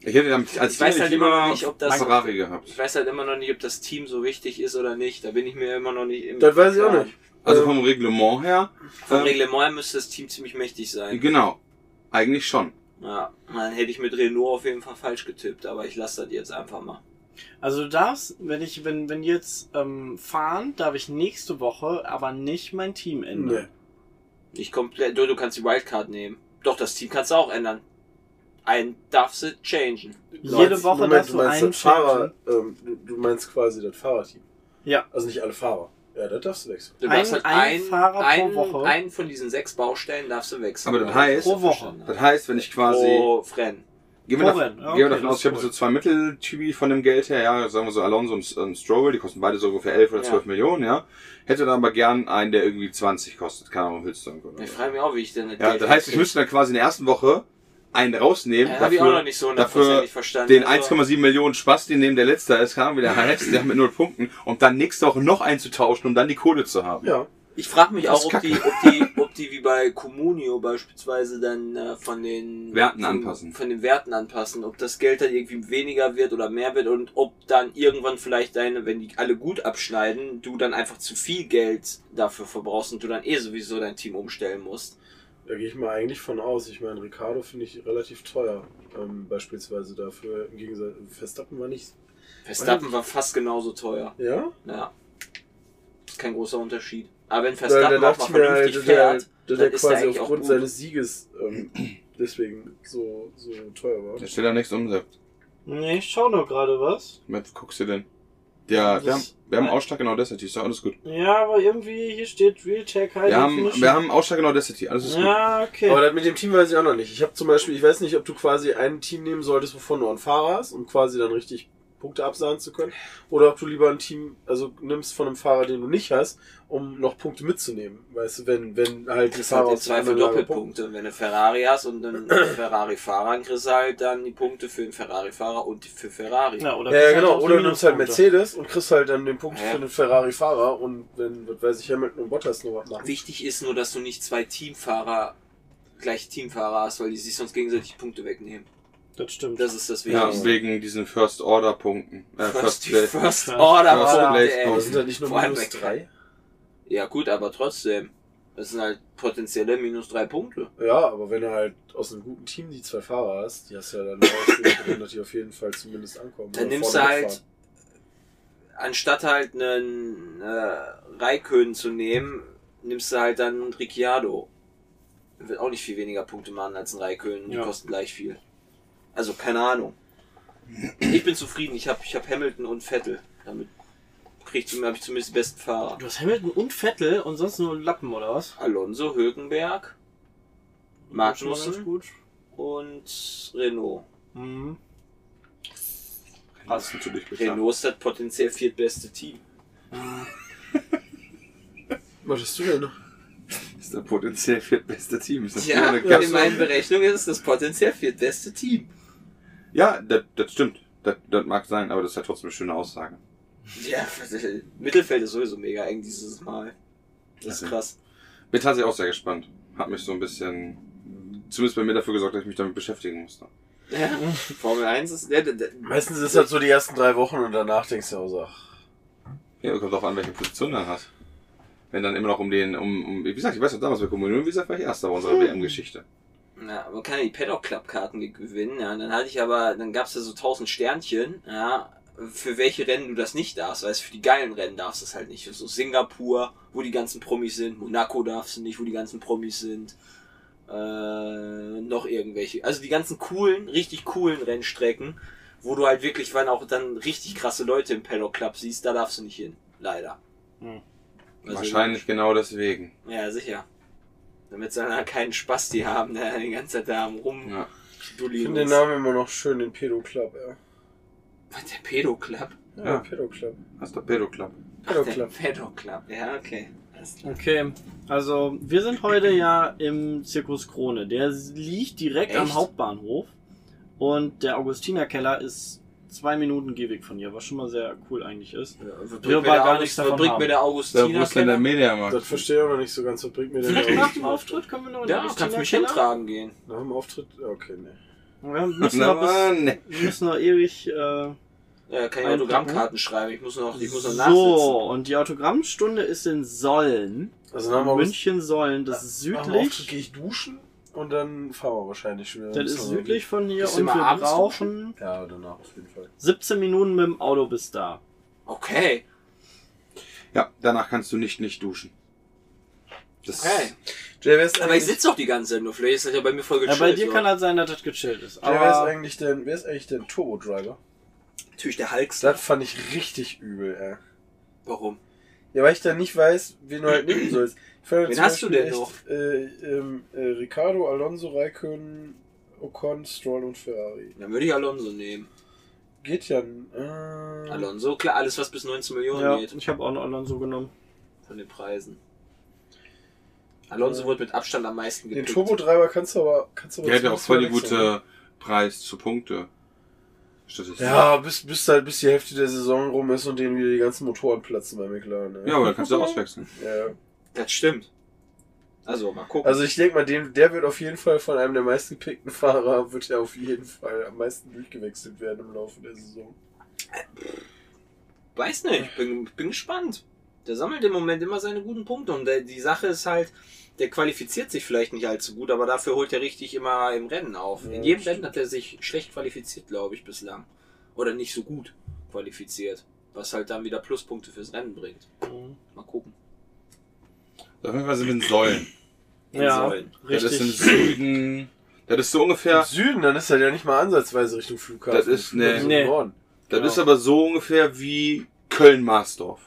Speaker 2: Ich hätte damit als
Speaker 5: Ich weiß
Speaker 2: Team
Speaker 5: halt immer noch nicht, ob das-
Speaker 2: Ferrari gehabt.
Speaker 5: Ich weiß halt immer noch nicht, ob das Team so wichtig ist oder nicht. Da bin ich mir immer noch nicht im
Speaker 3: Das weiß ich auch
Speaker 5: Klaren.
Speaker 3: nicht.
Speaker 2: Also
Speaker 3: Ähm,
Speaker 2: vom Reglement her,
Speaker 5: Vom
Speaker 2: Ähm,
Speaker 5: Reglement müsste das Team ziemlich mächtig sein.
Speaker 2: genau. Eigentlich schon.
Speaker 5: Ja, dann hätte ich mit Renault auf jeden Fall falsch getippt, aber ich lasse das jetzt einfach mal.
Speaker 4: Also du darfst, wenn ich, wenn, wenn jetzt ähm, fahren, darf ich nächste Woche aber nicht mein Team ändern.
Speaker 3: Nee.
Speaker 5: Nicht komplett. Du, du kannst die Wildcard nehmen. Doch, das Team kannst du auch ändern. Ein darfst du changen.
Speaker 4: Jede Woche
Speaker 3: Moment,
Speaker 4: darfst
Speaker 3: du
Speaker 4: du
Speaker 3: meinst
Speaker 4: einen
Speaker 3: das Fahrer,
Speaker 4: changen.
Speaker 3: ähm, du- du meinst quasi das Fahrerteam.
Speaker 4: Ja.
Speaker 3: Also nicht alle Fahrer. Ja, das darfst du wechseln.
Speaker 5: Du
Speaker 4: Ein-
Speaker 5: darfst halt
Speaker 4: ein Fahrer pro Woche.
Speaker 5: einen von diesen sechs Baustellen darfst du wechseln.
Speaker 2: Aber das heißt-
Speaker 4: Pro Woche.
Speaker 2: Das heißt, wenn ich quasi...
Speaker 5: Pro Frenn.
Speaker 2: Gehen wir,
Speaker 4: Vorrennen.
Speaker 2: davon,
Speaker 4: Ja,
Speaker 2: gehen wir
Speaker 4: okay,
Speaker 2: davon
Speaker 4: das
Speaker 2: aus,
Speaker 4: ist
Speaker 2: ich habe
Speaker 4: cool.
Speaker 2: so zwei Mitteltypi von dem Geld her, ja, sagen wir so Alonso und, und Stroll, die kosten beide so ungefähr 11 oder
Speaker 5: Ja.
Speaker 2: 12 Millionen, ja. Hätte dann aber gern einen, der irgendwie 20 kostet, keine Ahnung, Hülstung oder
Speaker 5: Ich
Speaker 2: so.
Speaker 5: frage mich auch, wie ich denn das
Speaker 2: Ja,
Speaker 5: Geld
Speaker 2: das heißt, ich
Speaker 5: krieg.
Speaker 2: müsste dann quasi in der ersten Woche einen rausnehmen,
Speaker 5: Ja, hab ich auch noch
Speaker 2: dafür,
Speaker 5: nicht so
Speaker 2: dafür
Speaker 5: hundertprozentig verstanden.
Speaker 2: den
Speaker 5: Also-
Speaker 2: 1,7 Millionen Spaß, den nehmen der Letzte ist, keine Ahnung, wie der heißt, der mit null Punkten, um dann nächste Woche noch einzutauschen, um dann die Kohle zu haben.
Speaker 3: Ja.
Speaker 5: Ich frage mich
Speaker 2: Das
Speaker 5: auch,
Speaker 2: ist
Speaker 5: ob die, ob, die, ob die wie bei Comunio beispielsweise dann äh, von den
Speaker 2: Werten
Speaker 5: von,
Speaker 2: anpassen.
Speaker 5: Von den Werten anpassen, ob das Geld dann irgendwie weniger wird oder mehr wird und ob dann irgendwann vielleicht deine, wenn die alle gut abschneiden, du dann einfach zu viel Geld dafür verbrauchst und du dann eh sowieso dein Team umstellen musst.
Speaker 3: Da gehe ich mal eigentlich von aus. Ich meine, Ricardo finde ich relativ teuer. Ähm, beispielsweise dafür. Im Gegensatz. Verstappen war nicht.
Speaker 5: Verstappen war fast genauso teuer.
Speaker 3: Ja?
Speaker 5: Ja. Ist kein großer Unterschied. Aber wenn
Speaker 3: Weil da
Speaker 5: Verstappen auch
Speaker 3: dachte ich
Speaker 5: mal
Speaker 3: mir halt,
Speaker 5: vernünftig
Speaker 3: dass er-
Speaker 5: fährt,
Speaker 3: dass
Speaker 5: dann
Speaker 3: er
Speaker 5: ist er
Speaker 3: quasi
Speaker 5: eigentlich auch
Speaker 3: aufgrund
Speaker 5: gut.
Speaker 3: seines Sieges ähm, deswegen so, so teuer war.
Speaker 2: Der steht da nichts umsetzt.
Speaker 4: Nee, ich schau nur gerade was.
Speaker 2: Was guckst du denn? Ja, wir haben,
Speaker 4: Das-
Speaker 2: wir haben Ausschlag genau das, ist doch alles gut.
Speaker 4: Ja, aber irgendwie hier steht Real Tech High
Speaker 2: Wir haben,
Speaker 4: Definition.
Speaker 2: wir haben Ausschlag genau das, alles ist gut.
Speaker 4: ja, okay.
Speaker 3: Aber das mit dem Team weiß ich auch noch nicht. Ich habe zum Beispiel, ich weiß nicht, ob du quasi ein Team nehmen solltest, wovon du einen Fahrer hast, um quasi dann richtig Punkte absahnen zu können. Oder ob du lieber ein Team, also nimmst von einem Fahrer, den du nicht hast, um noch Punkte mitzunehmen. Weißt du, wenn, wenn halt die
Speaker 5: Das hat
Speaker 3: Fahrer
Speaker 5: im
Speaker 3: aus der
Speaker 5: Zweifel
Speaker 3: anderen Lage
Speaker 5: Doppelpunkte. Und wenn du Ferrari hast und einen Ferrari-Fahrer, dann kriegst du halt dann die Punkte für den Ferrari-Fahrer und die für Ferrari.
Speaker 4: Ja, oder
Speaker 3: punkten. Ja,
Speaker 4: kriegst
Speaker 3: ja, genau.
Speaker 4: auch die
Speaker 3: Oder du nimmst halt
Speaker 4: Minuspunkte.
Speaker 3: Mercedes und kriegst halt dann den Punkt
Speaker 5: Ja.
Speaker 3: für den Ferrari-Fahrer und wenn, was weiß ich, Hamilton und Bottas noch was machen.
Speaker 5: Wichtig ist nur, dass du nicht zwei Teamfahrer gleich Teamfahrer hast, weil die sich sonst gegenseitig die Punkte wegnehmen.
Speaker 4: Das stimmt.
Speaker 5: Das ist das
Speaker 2: Ja,
Speaker 5: Wichtigste.
Speaker 2: wegen diesen First Order Punkten. Äh,
Speaker 5: First,
Speaker 2: First, Place.
Speaker 5: first Order
Speaker 2: First
Speaker 5: Punkte,
Speaker 2: Place
Speaker 5: ey.
Speaker 2: Punkte.
Speaker 3: Aber sind da nicht nur
Speaker 5: Vor allem
Speaker 3: minus
Speaker 5: bei-
Speaker 3: drei?
Speaker 5: Ja gut, aber trotzdem. Das sind halt potenzielle minus drei Punkte.
Speaker 3: Ja, aber wenn du halt aus einem guten Team die zwei Fahrer hast, die hast du ja dann auch drin, dass die auf jeden Fall zumindest ankommen.
Speaker 5: Dann
Speaker 3: Oder
Speaker 5: nimmst du
Speaker 3: vorne
Speaker 5: halt,
Speaker 3: mitfahren.
Speaker 5: anstatt halt einen äh, Raikön zu nehmen, nimmst du halt dann Ricciardo. Wird auch nicht viel weniger Punkte machen als ein Raikön. Die
Speaker 4: Ja.
Speaker 5: kosten gleich viel. Also keine Ahnung. Ich bin zufrieden. Ich habe ich hab Hamilton und Vettel. Damit krieg ich, hab ich zumindest die besten Fahrer.
Speaker 4: Du hast Hamilton und Vettel und sonst nur Lappen, oder was?
Speaker 5: Alonso, Hülkenberg Magnussen.
Speaker 4: Schon mal ganz gut.
Speaker 5: und Renault.
Speaker 4: Mhm.
Speaker 2: Passt natürlich bitte.
Speaker 5: Renault ist das potenziell viertbeste Team.
Speaker 3: Was hast du denn noch?
Speaker 2: Das ist der potenziell viertbeste Team. Ist das
Speaker 5: Ja,
Speaker 2: eine
Speaker 5: ja in
Speaker 2: Kasse?
Speaker 5: meinen Berechnungen ist es das potenziell viertbeste Team.
Speaker 2: ja das, das stimmt. Das, das mag sein, aber das ist ja trotzdem eine schöne Aussage.
Speaker 5: Ja, also, Mittelfeld ist sowieso mega eng dieses Mal. Das ist
Speaker 2: Okay.
Speaker 5: krass.
Speaker 2: Bin tatsächlich auch sehr gespannt. hat mich so ein bisschen, zumindest bei mir dafür gesorgt, dass ich mich damit beschäftigen ne? musste.
Speaker 5: Ja. Formel 1 ist. Der, der, der,
Speaker 3: Meistens ist das so die ersten drei Wochen und danach denkst du auch so, ach,
Speaker 2: Ja, kommt auch an, welche Position er hat. Wenn dann immer noch um den, um, um wie gesagt, ich weiß noch damals bei Kommunion, wie gesagt, war ich Erster bei unserer WM-Geschichte.
Speaker 5: Ja, man kann ja die Paddock Club Karten ge- gewinnen. Ja, und dann hatte ich aber, dann gab's da so 1000 Sternchen. Ja, für welche Rennen du das nicht darfst. Weißt du, für die geilen Rennen darfst du das halt nicht. So Singapur, wo die ganzen Promis sind. Monaco darfst du nicht, wo die ganzen Promis sind. Äh, noch irgendwelche. Also die ganzen coolen, richtig coolen Rennstrecken, wo du halt wirklich, wenn auch dann richtig krasse Leute im Paddock Club siehst, da darfst du nicht hin. Leider.
Speaker 4: Hm.
Speaker 5: Also-
Speaker 2: Wahrscheinlich genau deswegen.
Speaker 5: Ja, sicher. Damit sie dann halt keinen Spaß die haben, der die ganze Zeit da am rum.
Speaker 2: Ja.
Speaker 3: ich
Speaker 5: Dulli
Speaker 3: finde den Namen immer noch schön, den Pedo Club, ja.
Speaker 5: Was, der Pedo Club?
Speaker 3: Ja,
Speaker 2: Ja.
Speaker 3: Pedo Club.
Speaker 2: Das ist der Pedo Club.
Speaker 5: Ach, der
Speaker 3: Club.
Speaker 5: Pedo Club. Ja, okay. Alles klar.
Speaker 4: Okay, also wir sind heute ja im Zirkus Krone. Der liegt direkt am
Speaker 5: Echt?
Speaker 4: Hauptbahnhof und der Augustinerkeller ist zwei Minuten Gehweg von hier, was schon mal sehr cool eigentlich ist.
Speaker 5: Was
Speaker 4: Wir
Speaker 5: bringt, mir der,
Speaker 4: gar
Speaker 5: August,
Speaker 4: nichts
Speaker 5: was
Speaker 4: davon
Speaker 5: bringt
Speaker 4: haben.
Speaker 5: mir der Augustiner? Keller?
Speaker 2: Mediamarkt?
Speaker 3: Das verstehe ich aber nicht so ganz, was bringt mir denn
Speaker 4: Vielleicht
Speaker 3: der
Speaker 4: nach dem
Speaker 3: Augustiner?
Speaker 4: Auftritt können wir noch in den
Speaker 5: Ja, kannst du mich
Speaker 4: Augustinerkeller?
Speaker 5: hintragen gehen.
Speaker 3: Nach dem Auftritt? Ja, Okay, ne.
Speaker 4: Wir müssen
Speaker 2: Na, ne.
Speaker 4: noch, bis,
Speaker 2: Mann.
Speaker 4: wir müssen noch ewig... Äh,
Speaker 5: Ja, kann ich
Speaker 4: Einpacken.
Speaker 5: Autogrammkarten schreiben. Ich muss noch, ich muss noch nachsitzen.
Speaker 4: so, und die Autogrammstunde ist in Sollen.
Speaker 3: Also nach dem August-
Speaker 4: München Sollen, das ist
Speaker 3: nach dem Auftritt gehe
Speaker 4: südlich.
Speaker 3: ich duschen und dann fahren wir wahrscheinlich schon wieder.
Speaker 4: Das ist südlich von hier
Speaker 5: Bist du
Speaker 4: und wir
Speaker 5: immer abends
Speaker 4: brauchen
Speaker 3: Ja, danach auf jeden Fall.
Speaker 4: 17 Minuten mit dem Auto bis da.
Speaker 5: Okay.
Speaker 2: Ja, danach kannst du nicht nicht duschen. Das
Speaker 5: Okay.
Speaker 3: Jay, wer ist
Speaker 5: Aber ich
Speaker 3: eigentlich,
Speaker 5: sitze doch die ganze Zeit nur. Vielleicht ist das ja bei mir voll
Speaker 4: Ja,
Speaker 5: gechillt.
Speaker 4: bei dir
Speaker 5: so.
Speaker 4: kann das sein, dass das gechillt ist.
Speaker 3: Jay, wer ist
Speaker 4: Aber
Speaker 3: eigentlich denn, wer ist eigentlich der Turbo Driver?
Speaker 5: natürlich der Hulkster.
Speaker 3: Das fand ich richtig übel, ey.
Speaker 5: Warum?
Speaker 3: Ja, weil ich dann nicht weiß, wen du halt nehmen sollst. Ich fand
Speaker 5: Wen
Speaker 3: zum
Speaker 5: hast du
Speaker 3: Beispiel
Speaker 5: denn
Speaker 3: echt,
Speaker 5: noch?
Speaker 3: Äh, ähm, äh, Ricardo, Alonso, Raikön, Ocon, Stroll und Ferrari.
Speaker 5: Dann würde ich Alonso nehmen.
Speaker 3: Geht ja. Äh,
Speaker 5: Alonso, klar, alles was bis 19 Millionen
Speaker 4: ja,
Speaker 5: geht.
Speaker 4: ich habe auch einen Alonso genommen.
Speaker 5: Von den Preisen. Alonso wird mit Abstand am meisten
Speaker 3: Den
Speaker 5: gepickt.
Speaker 3: Turbodreiber kannst du aber. Kannst du aber
Speaker 2: Der hätte auch
Speaker 3: zumindest
Speaker 2: voll die
Speaker 3: wieder
Speaker 2: gute
Speaker 3: wechseln.
Speaker 2: Preis zu Punkte. Statistik.
Speaker 3: Ja, bis, bis halt bis die Hälfte der Saison rum ist und denen wieder die ganzen Motoren platzen bei McLaren. ey.
Speaker 2: Ja, aber dann kannst du auswechseln.
Speaker 3: Ja.
Speaker 5: Das stimmt. Also mal gucken.
Speaker 3: Also ich denke mal, den, der wird auf jeden Fall von einem der meistgepickten Fahrer, wird er auf jeden Fall am meisten durchgewechselt werden im Laufe der Saison.
Speaker 5: Weiß nicht, bin, bin gespannt. Der sammelt im Moment immer seine guten Punkte und der, die Sache ist halt, der qualifiziert sich vielleicht nicht allzu gut, aber dafür holt er richtig immer im Rennen auf.
Speaker 3: Ja,
Speaker 5: In jedem
Speaker 3: stimmt.
Speaker 5: Rennen hat er sich schlecht qualifiziert, glaube ich, bislang. Oder nicht so gut qualifiziert, was halt dann wieder Pluspunkte fürs Rennen bringt. Mal gucken.
Speaker 2: Auf jeden Fall sind wir in Säulen.
Speaker 4: Ja,
Speaker 5: Sollen.
Speaker 2: Das ist im
Speaker 4: richtig.
Speaker 2: Süden. Das ist so ungefähr.
Speaker 3: Im Süden, dann ist er ja nicht mal ansatzweise Richtung Flughafen.
Speaker 2: Das ist- nee.
Speaker 3: im
Speaker 4: Nee.
Speaker 3: Norden.
Speaker 2: Das
Speaker 4: Genau.
Speaker 2: ist aber so ungefähr wie Köln-Marsdorf.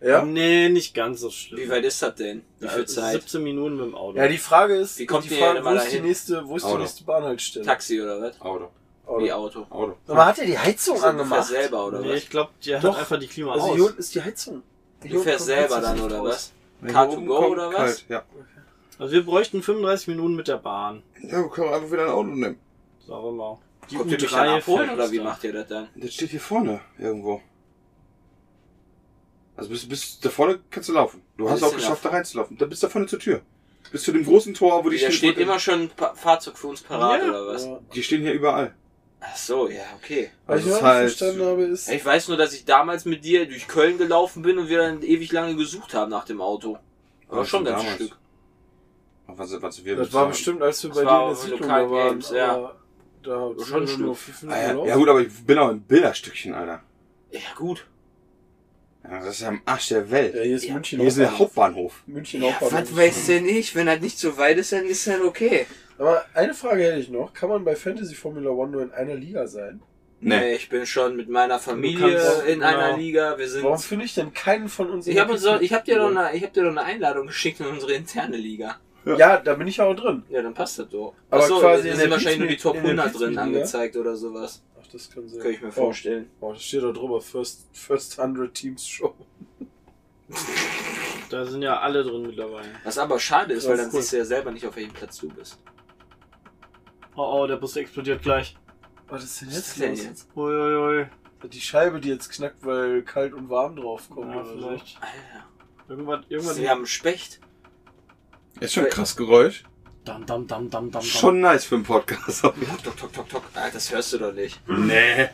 Speaker 3: Ja?
Speaker 4: Nee, nicht ganz so
Speaker 5: Wie
Speaker 4: schlimm.
Speaker 5: weit ist das denn? Wie
Speaker 4: Ja,
Speaker 5: viel Zeit?
Speaker 4: 17 Minuten mit dem Auto.
Speaker 3: Ja, die Frage ist,
Speaker 5: Wie kommt
Speaker 3: die
Speaker 5: ihr
Speaker 3: Frage,
Speaker 5: denn
Speaker 3: wo
Speaker 5: mal
Speaker 3: ist die
Speaker 5: dahin?
Speaker 3: nächste, wo ist die
Speaker 2: Auto.
Speaker 3: nächste Bahnhaltestelle?
Speaker 5: Taxi oder was?
Speaker 2: Auto.
Speaker 3: Auto.
Speaker 5: Wie Auto?
Speaker 2: Auto.
Speaker 3: Aber hat er die Heizung
Speaker 5: Du fährst
Speaker 3: angemacht?
Speaker 5: selber oder
Speaker 4: nee,
Speaker 5: was?
Speaker 4: ich glaube, der
Speaker 3: Doch.
Speaker 4: hat einfach die Klima
Speaker 3: Also hier
Speaker 4: aus.
Speaker 3: unten ist die Heizung. Hier
Speaker 5: Du
Speaker 3: unten
Speaker 5: fährst
Speaker 3: kommt
Speaker 5: selber
Speaker 3: Heizung
Speaker 5: dann
Speaker 3: nicht
Speaker 5: oder
Speaker 3: raus.
Speaker 5: was?
Speaker 2: Wenn
Speaker 5: Car
Speaker 2: wir
Speaker 5: to
Speaker 2: oben
Speaker 5: go
Speaker 2: kommen,
Speaker 5: oder was?
Speaker 2: kalt, Ja.
Speaker 4: Also wir bräuchten 35 Minuten mit der Bahn.
Speaker 2: ja, wir können einfach wieder ein Auto nehmen.
Speaker 4: Sagen wir mal. Die
Speaker 5: Kommt ihr
Speaker 4: U3
Speaker 5: mich dann abholen
Speaker 4: fährt
Speaker 5: oder wie
Speaker 4: da.
Speaker 5: macht ihr das dann?
Speaker 2: Das steht hier vorne irgendwo. Also bis, bis da vorne kannst du laufen. Du
Speaker 5: Was
Speaker 2: hast
Speaker 5: ist
Speaker 2: auch
Speaker 5: denn
Speaker 2: geschafft,
Speaker 5: da
Speaker 2: da reinzulaufen. Da bist du da vorne zur Tür. Bis zu dem großen Tor, wo die
Speaker 5: Da steht
Speaker 2: wo die-
Speaker 5: immer schon ein Pa- Fahrzeug für uns parat
Speaker 4: Ja.
Speaker 5: oder was?
Speaker 3: Ja.
Speaker 2: Die stehen hier überall.
Speaker 5: Ach so, ja, okay.
Speaker 3: Was
Speaker 2: Also es
Speaker 3: Ah, ich auch
Speaker 2: ist
Speaker 3: nicht
Speaker 2: halt,
Speaker 3: verstanden habe, ist,
Speaker 5: Ich weiß nur, dass ich damals mit dir durch Köln gelaufen bin und wir dann ewig lange gesucht haben nach dem Auto. Aber
Speaker 2: Aber
Speaker 5: schon ein
Speaker 2: schon
Speaker 5: ganzes
Speaker 2: damals. Oh,
Speaker 5: Stück.
Speaker 2: was, was wir
Speaker 3: das
Speaker 2: bezahlen.
Speaker 3: war bestimmt, als wir
Speaker 5: Das
Speaker 3: bei
Speaker 5: war
Speaker 3: dir in der
Speaker 5: auch so
Speaker 3: Siedlung
Speaker 5: lokal
Speaker 3: da waren.
Speaker 5: Games, ja.
Speaker 3: aber Da
Speaker 5: Schon
Speaker 3: schon
Speaker 5: stimmt.
Speaker 3: nur fünf
Speaker 2: Ah,
Speaker 3: Minuten
Speaker 2: ja,
Speaker 3: gelaufen.
Speaker 2: ja gut, aber ich bin auch ein Bilderstückchen, Alter.
Speaker 5: Ja, gut.
Speaker 2: Ja, das ist ja am Arsch der
Speaker 3: Ja,
Speaker 2: Welt.
Speaker 3: hier ist
Speaker 5: Ja.
Speaker 3: München
Speaker 2: Hier ist der Hauptbahnhof.
Speaker 3: München auch.
Speaker 5: denn ich? Wenn das nicht so weit ist, dann ist das okay.
Speaker 3: Aber eine Frage hätte ich noch. Kann man bei Fantasy Formula One nur in einer Liga sein?
Speaker 5: Nee, ich bin schon mit meiner Familie
Speaker 4: Du kannst-
Speaker 5: in
Speaker 4: genau.
Speaker 5: einer Liga. Wir sind.
Speaker 3: Warum finde ich denn keinen von uns in
Speaker 5: Ich habe
Speaker 3: der
Speaker 5: so,
Speaker 3: Liga?
Speaker 5: ich hab dir, doch eine- ich hab dir doch eine Einladung geschickt in unsere interne Liga.
Speaker 3: Ja, da bin ich ja auch drin.
Speaker 5: Ja, dann passt das doch.
Speaker 3: Aber
Speaker 5: Achso,
Speaker 3: quasi
Speaker 5: da
Speaker 3: in
Speaker 5: sind
Speaker 3: der
Speaker 5: wahrscheinlich nur die
Speaker 3: Pizza-
Speaker 5: Top
Speaker 3: in der
Speaker 5: 100 drin
Speaker 3: Pizza-Liga?
Speaker 5: angezeigt oder sowas.
Speaker 3: Ach, das kann sein.
Speaker 5: Könnte ich mir
Speaker 3: Oh.
Speaker 5: vorstellen.
Speaker 3: Oh, das steht da drüber. First, First 100 Teams Show.
Speaker 4: Da sind ja alle drin mittlerweile.
Speaker 5: Was aber schade ist,
Speaker 3: Ja,
Speaker 5: weil dann
Speaker 3: cool.
Speaker 5: siehst du ja selber nicht, auf welchem Platz du bist.
Speaker 4: Oh oh, der Bus explodiert gleich.
Speaker 3: Was ist denn
Speaker 5: Was ist
Speaker 3: jetzt
Speaker 5: denn
Speaker 3: los?
Speaker 5: jetzt?
Speaker 4: Uiuiui.
Speaker 3: Die Scheibe, die jetzt knackt, weil kalt und warm drauf kommt.
Speaker 4: Ja,
Speaker 3: oder so.
Speaker 4: vielleicht.
Speaker 5: Alter.
Speaker 4: Irgendwas, irgendwas.
Speaker 5: Wir haben Specht.
Speaker 2: Ist schon ein krass Geräusch.
Speaker 4: Dam, dam, dam, dam, dam, dam.
Speaker 2: Schon nice für einen Podcast.
Speaker 5: Tok, tok, tok, tok, tok. Ah, das hörst du doch nicht.
Speaker 2: nee.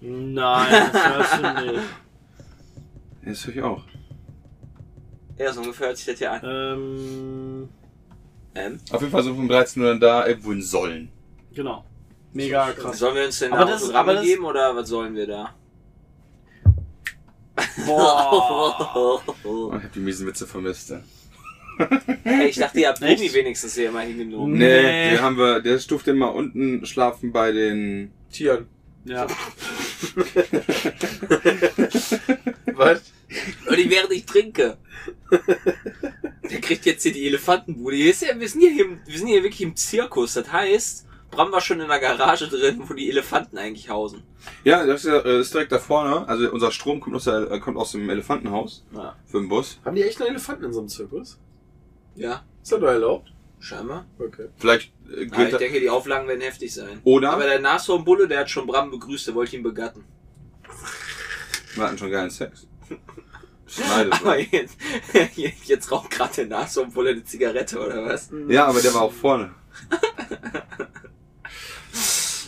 Speaker 4: Nein, das hörst du nicht.
Speaker 2: Das höre ich auch.
Speaker 5: Ja, so ungefähr hört sich das hier an.
Speaker 4: Ähm,
Speaker 5: Ähm,
Speaker 2: Auf jeden Fall sind wir um 13 Uhr dann da irgendwo in Sollen.
Speaker 4: genau. Mega krass.
Speaker 5: sollen wir uns denn
Speaker 4: Aber
Speaker 5: da
Speaker 4: das-
Speaker 5: Autogramme
Speaker 4: aber das-
Speaker 5: geben oder was sollen wir da?
Speaker 4: Boah.
Speaker 2: Oh, ich habe die miesen Witze vermisst. ey.
Speaker 5: Hey, ich dachte, ihr habt Bruni
Speaker 4: Echt?
Speaker 5: wenigstens hier mal hingenommen.
Speaker 2: Nee,
Speaker 4: Nee.
Speaker 2: die haben wir, der stuft immer unten schlafen bei den.
Speaker 3: Tieren.
Speaker 4: Ja.
Speaker 3: Was?
Speaker 5: Und ich während ich trinke. Der kriegt jetzt hier die Elefantenbude. Hier ist ja, wir, sind hier im, wir sind hier wirklich im Zirkus. Das heißt, Bram war schon in der Garage drin, wo die Elefanten eigentlich hausen.
Speaker 2: Ja, das ist, ja, äh, ist direkt da vorne. Also unser Strom kommt aus, der, äh, kommt aus dem Elefantenhaus
Speaker 5: Ja.
Speaker 2: für den Bus.
Speaker 3: Haben die echt einen Elefanten in so einem Zirkus?
Speaker 5: ja
Speaker 3: Ist das doch erlaubt?
Speaker 5: scheinbar.
Speaker 3: Okay.
Speaker 2: Vielleicht äh,
Speaker 5: Aber
Speaker 2: gilt
Speaker 5: Ah, ich
Speaker 2: da-
Speaker 5: denke, die Auflagen werden heftig sein.
Speaker 2: Oder-
Speaker 5: Aber der Nashornbulle, der hat schon Bram begrüßt, der wollte ihn begatten.
Speaker 2: Wir hatten schon geilen Sex. Schneide
Speaker 5: Aber
Speaker 2: so.
Speaker 5: jetzt, jetzt raucht gerade der Nashornbulle eine Zigarette oder was?
Speaker 2: Ja, aber der war auch vorne.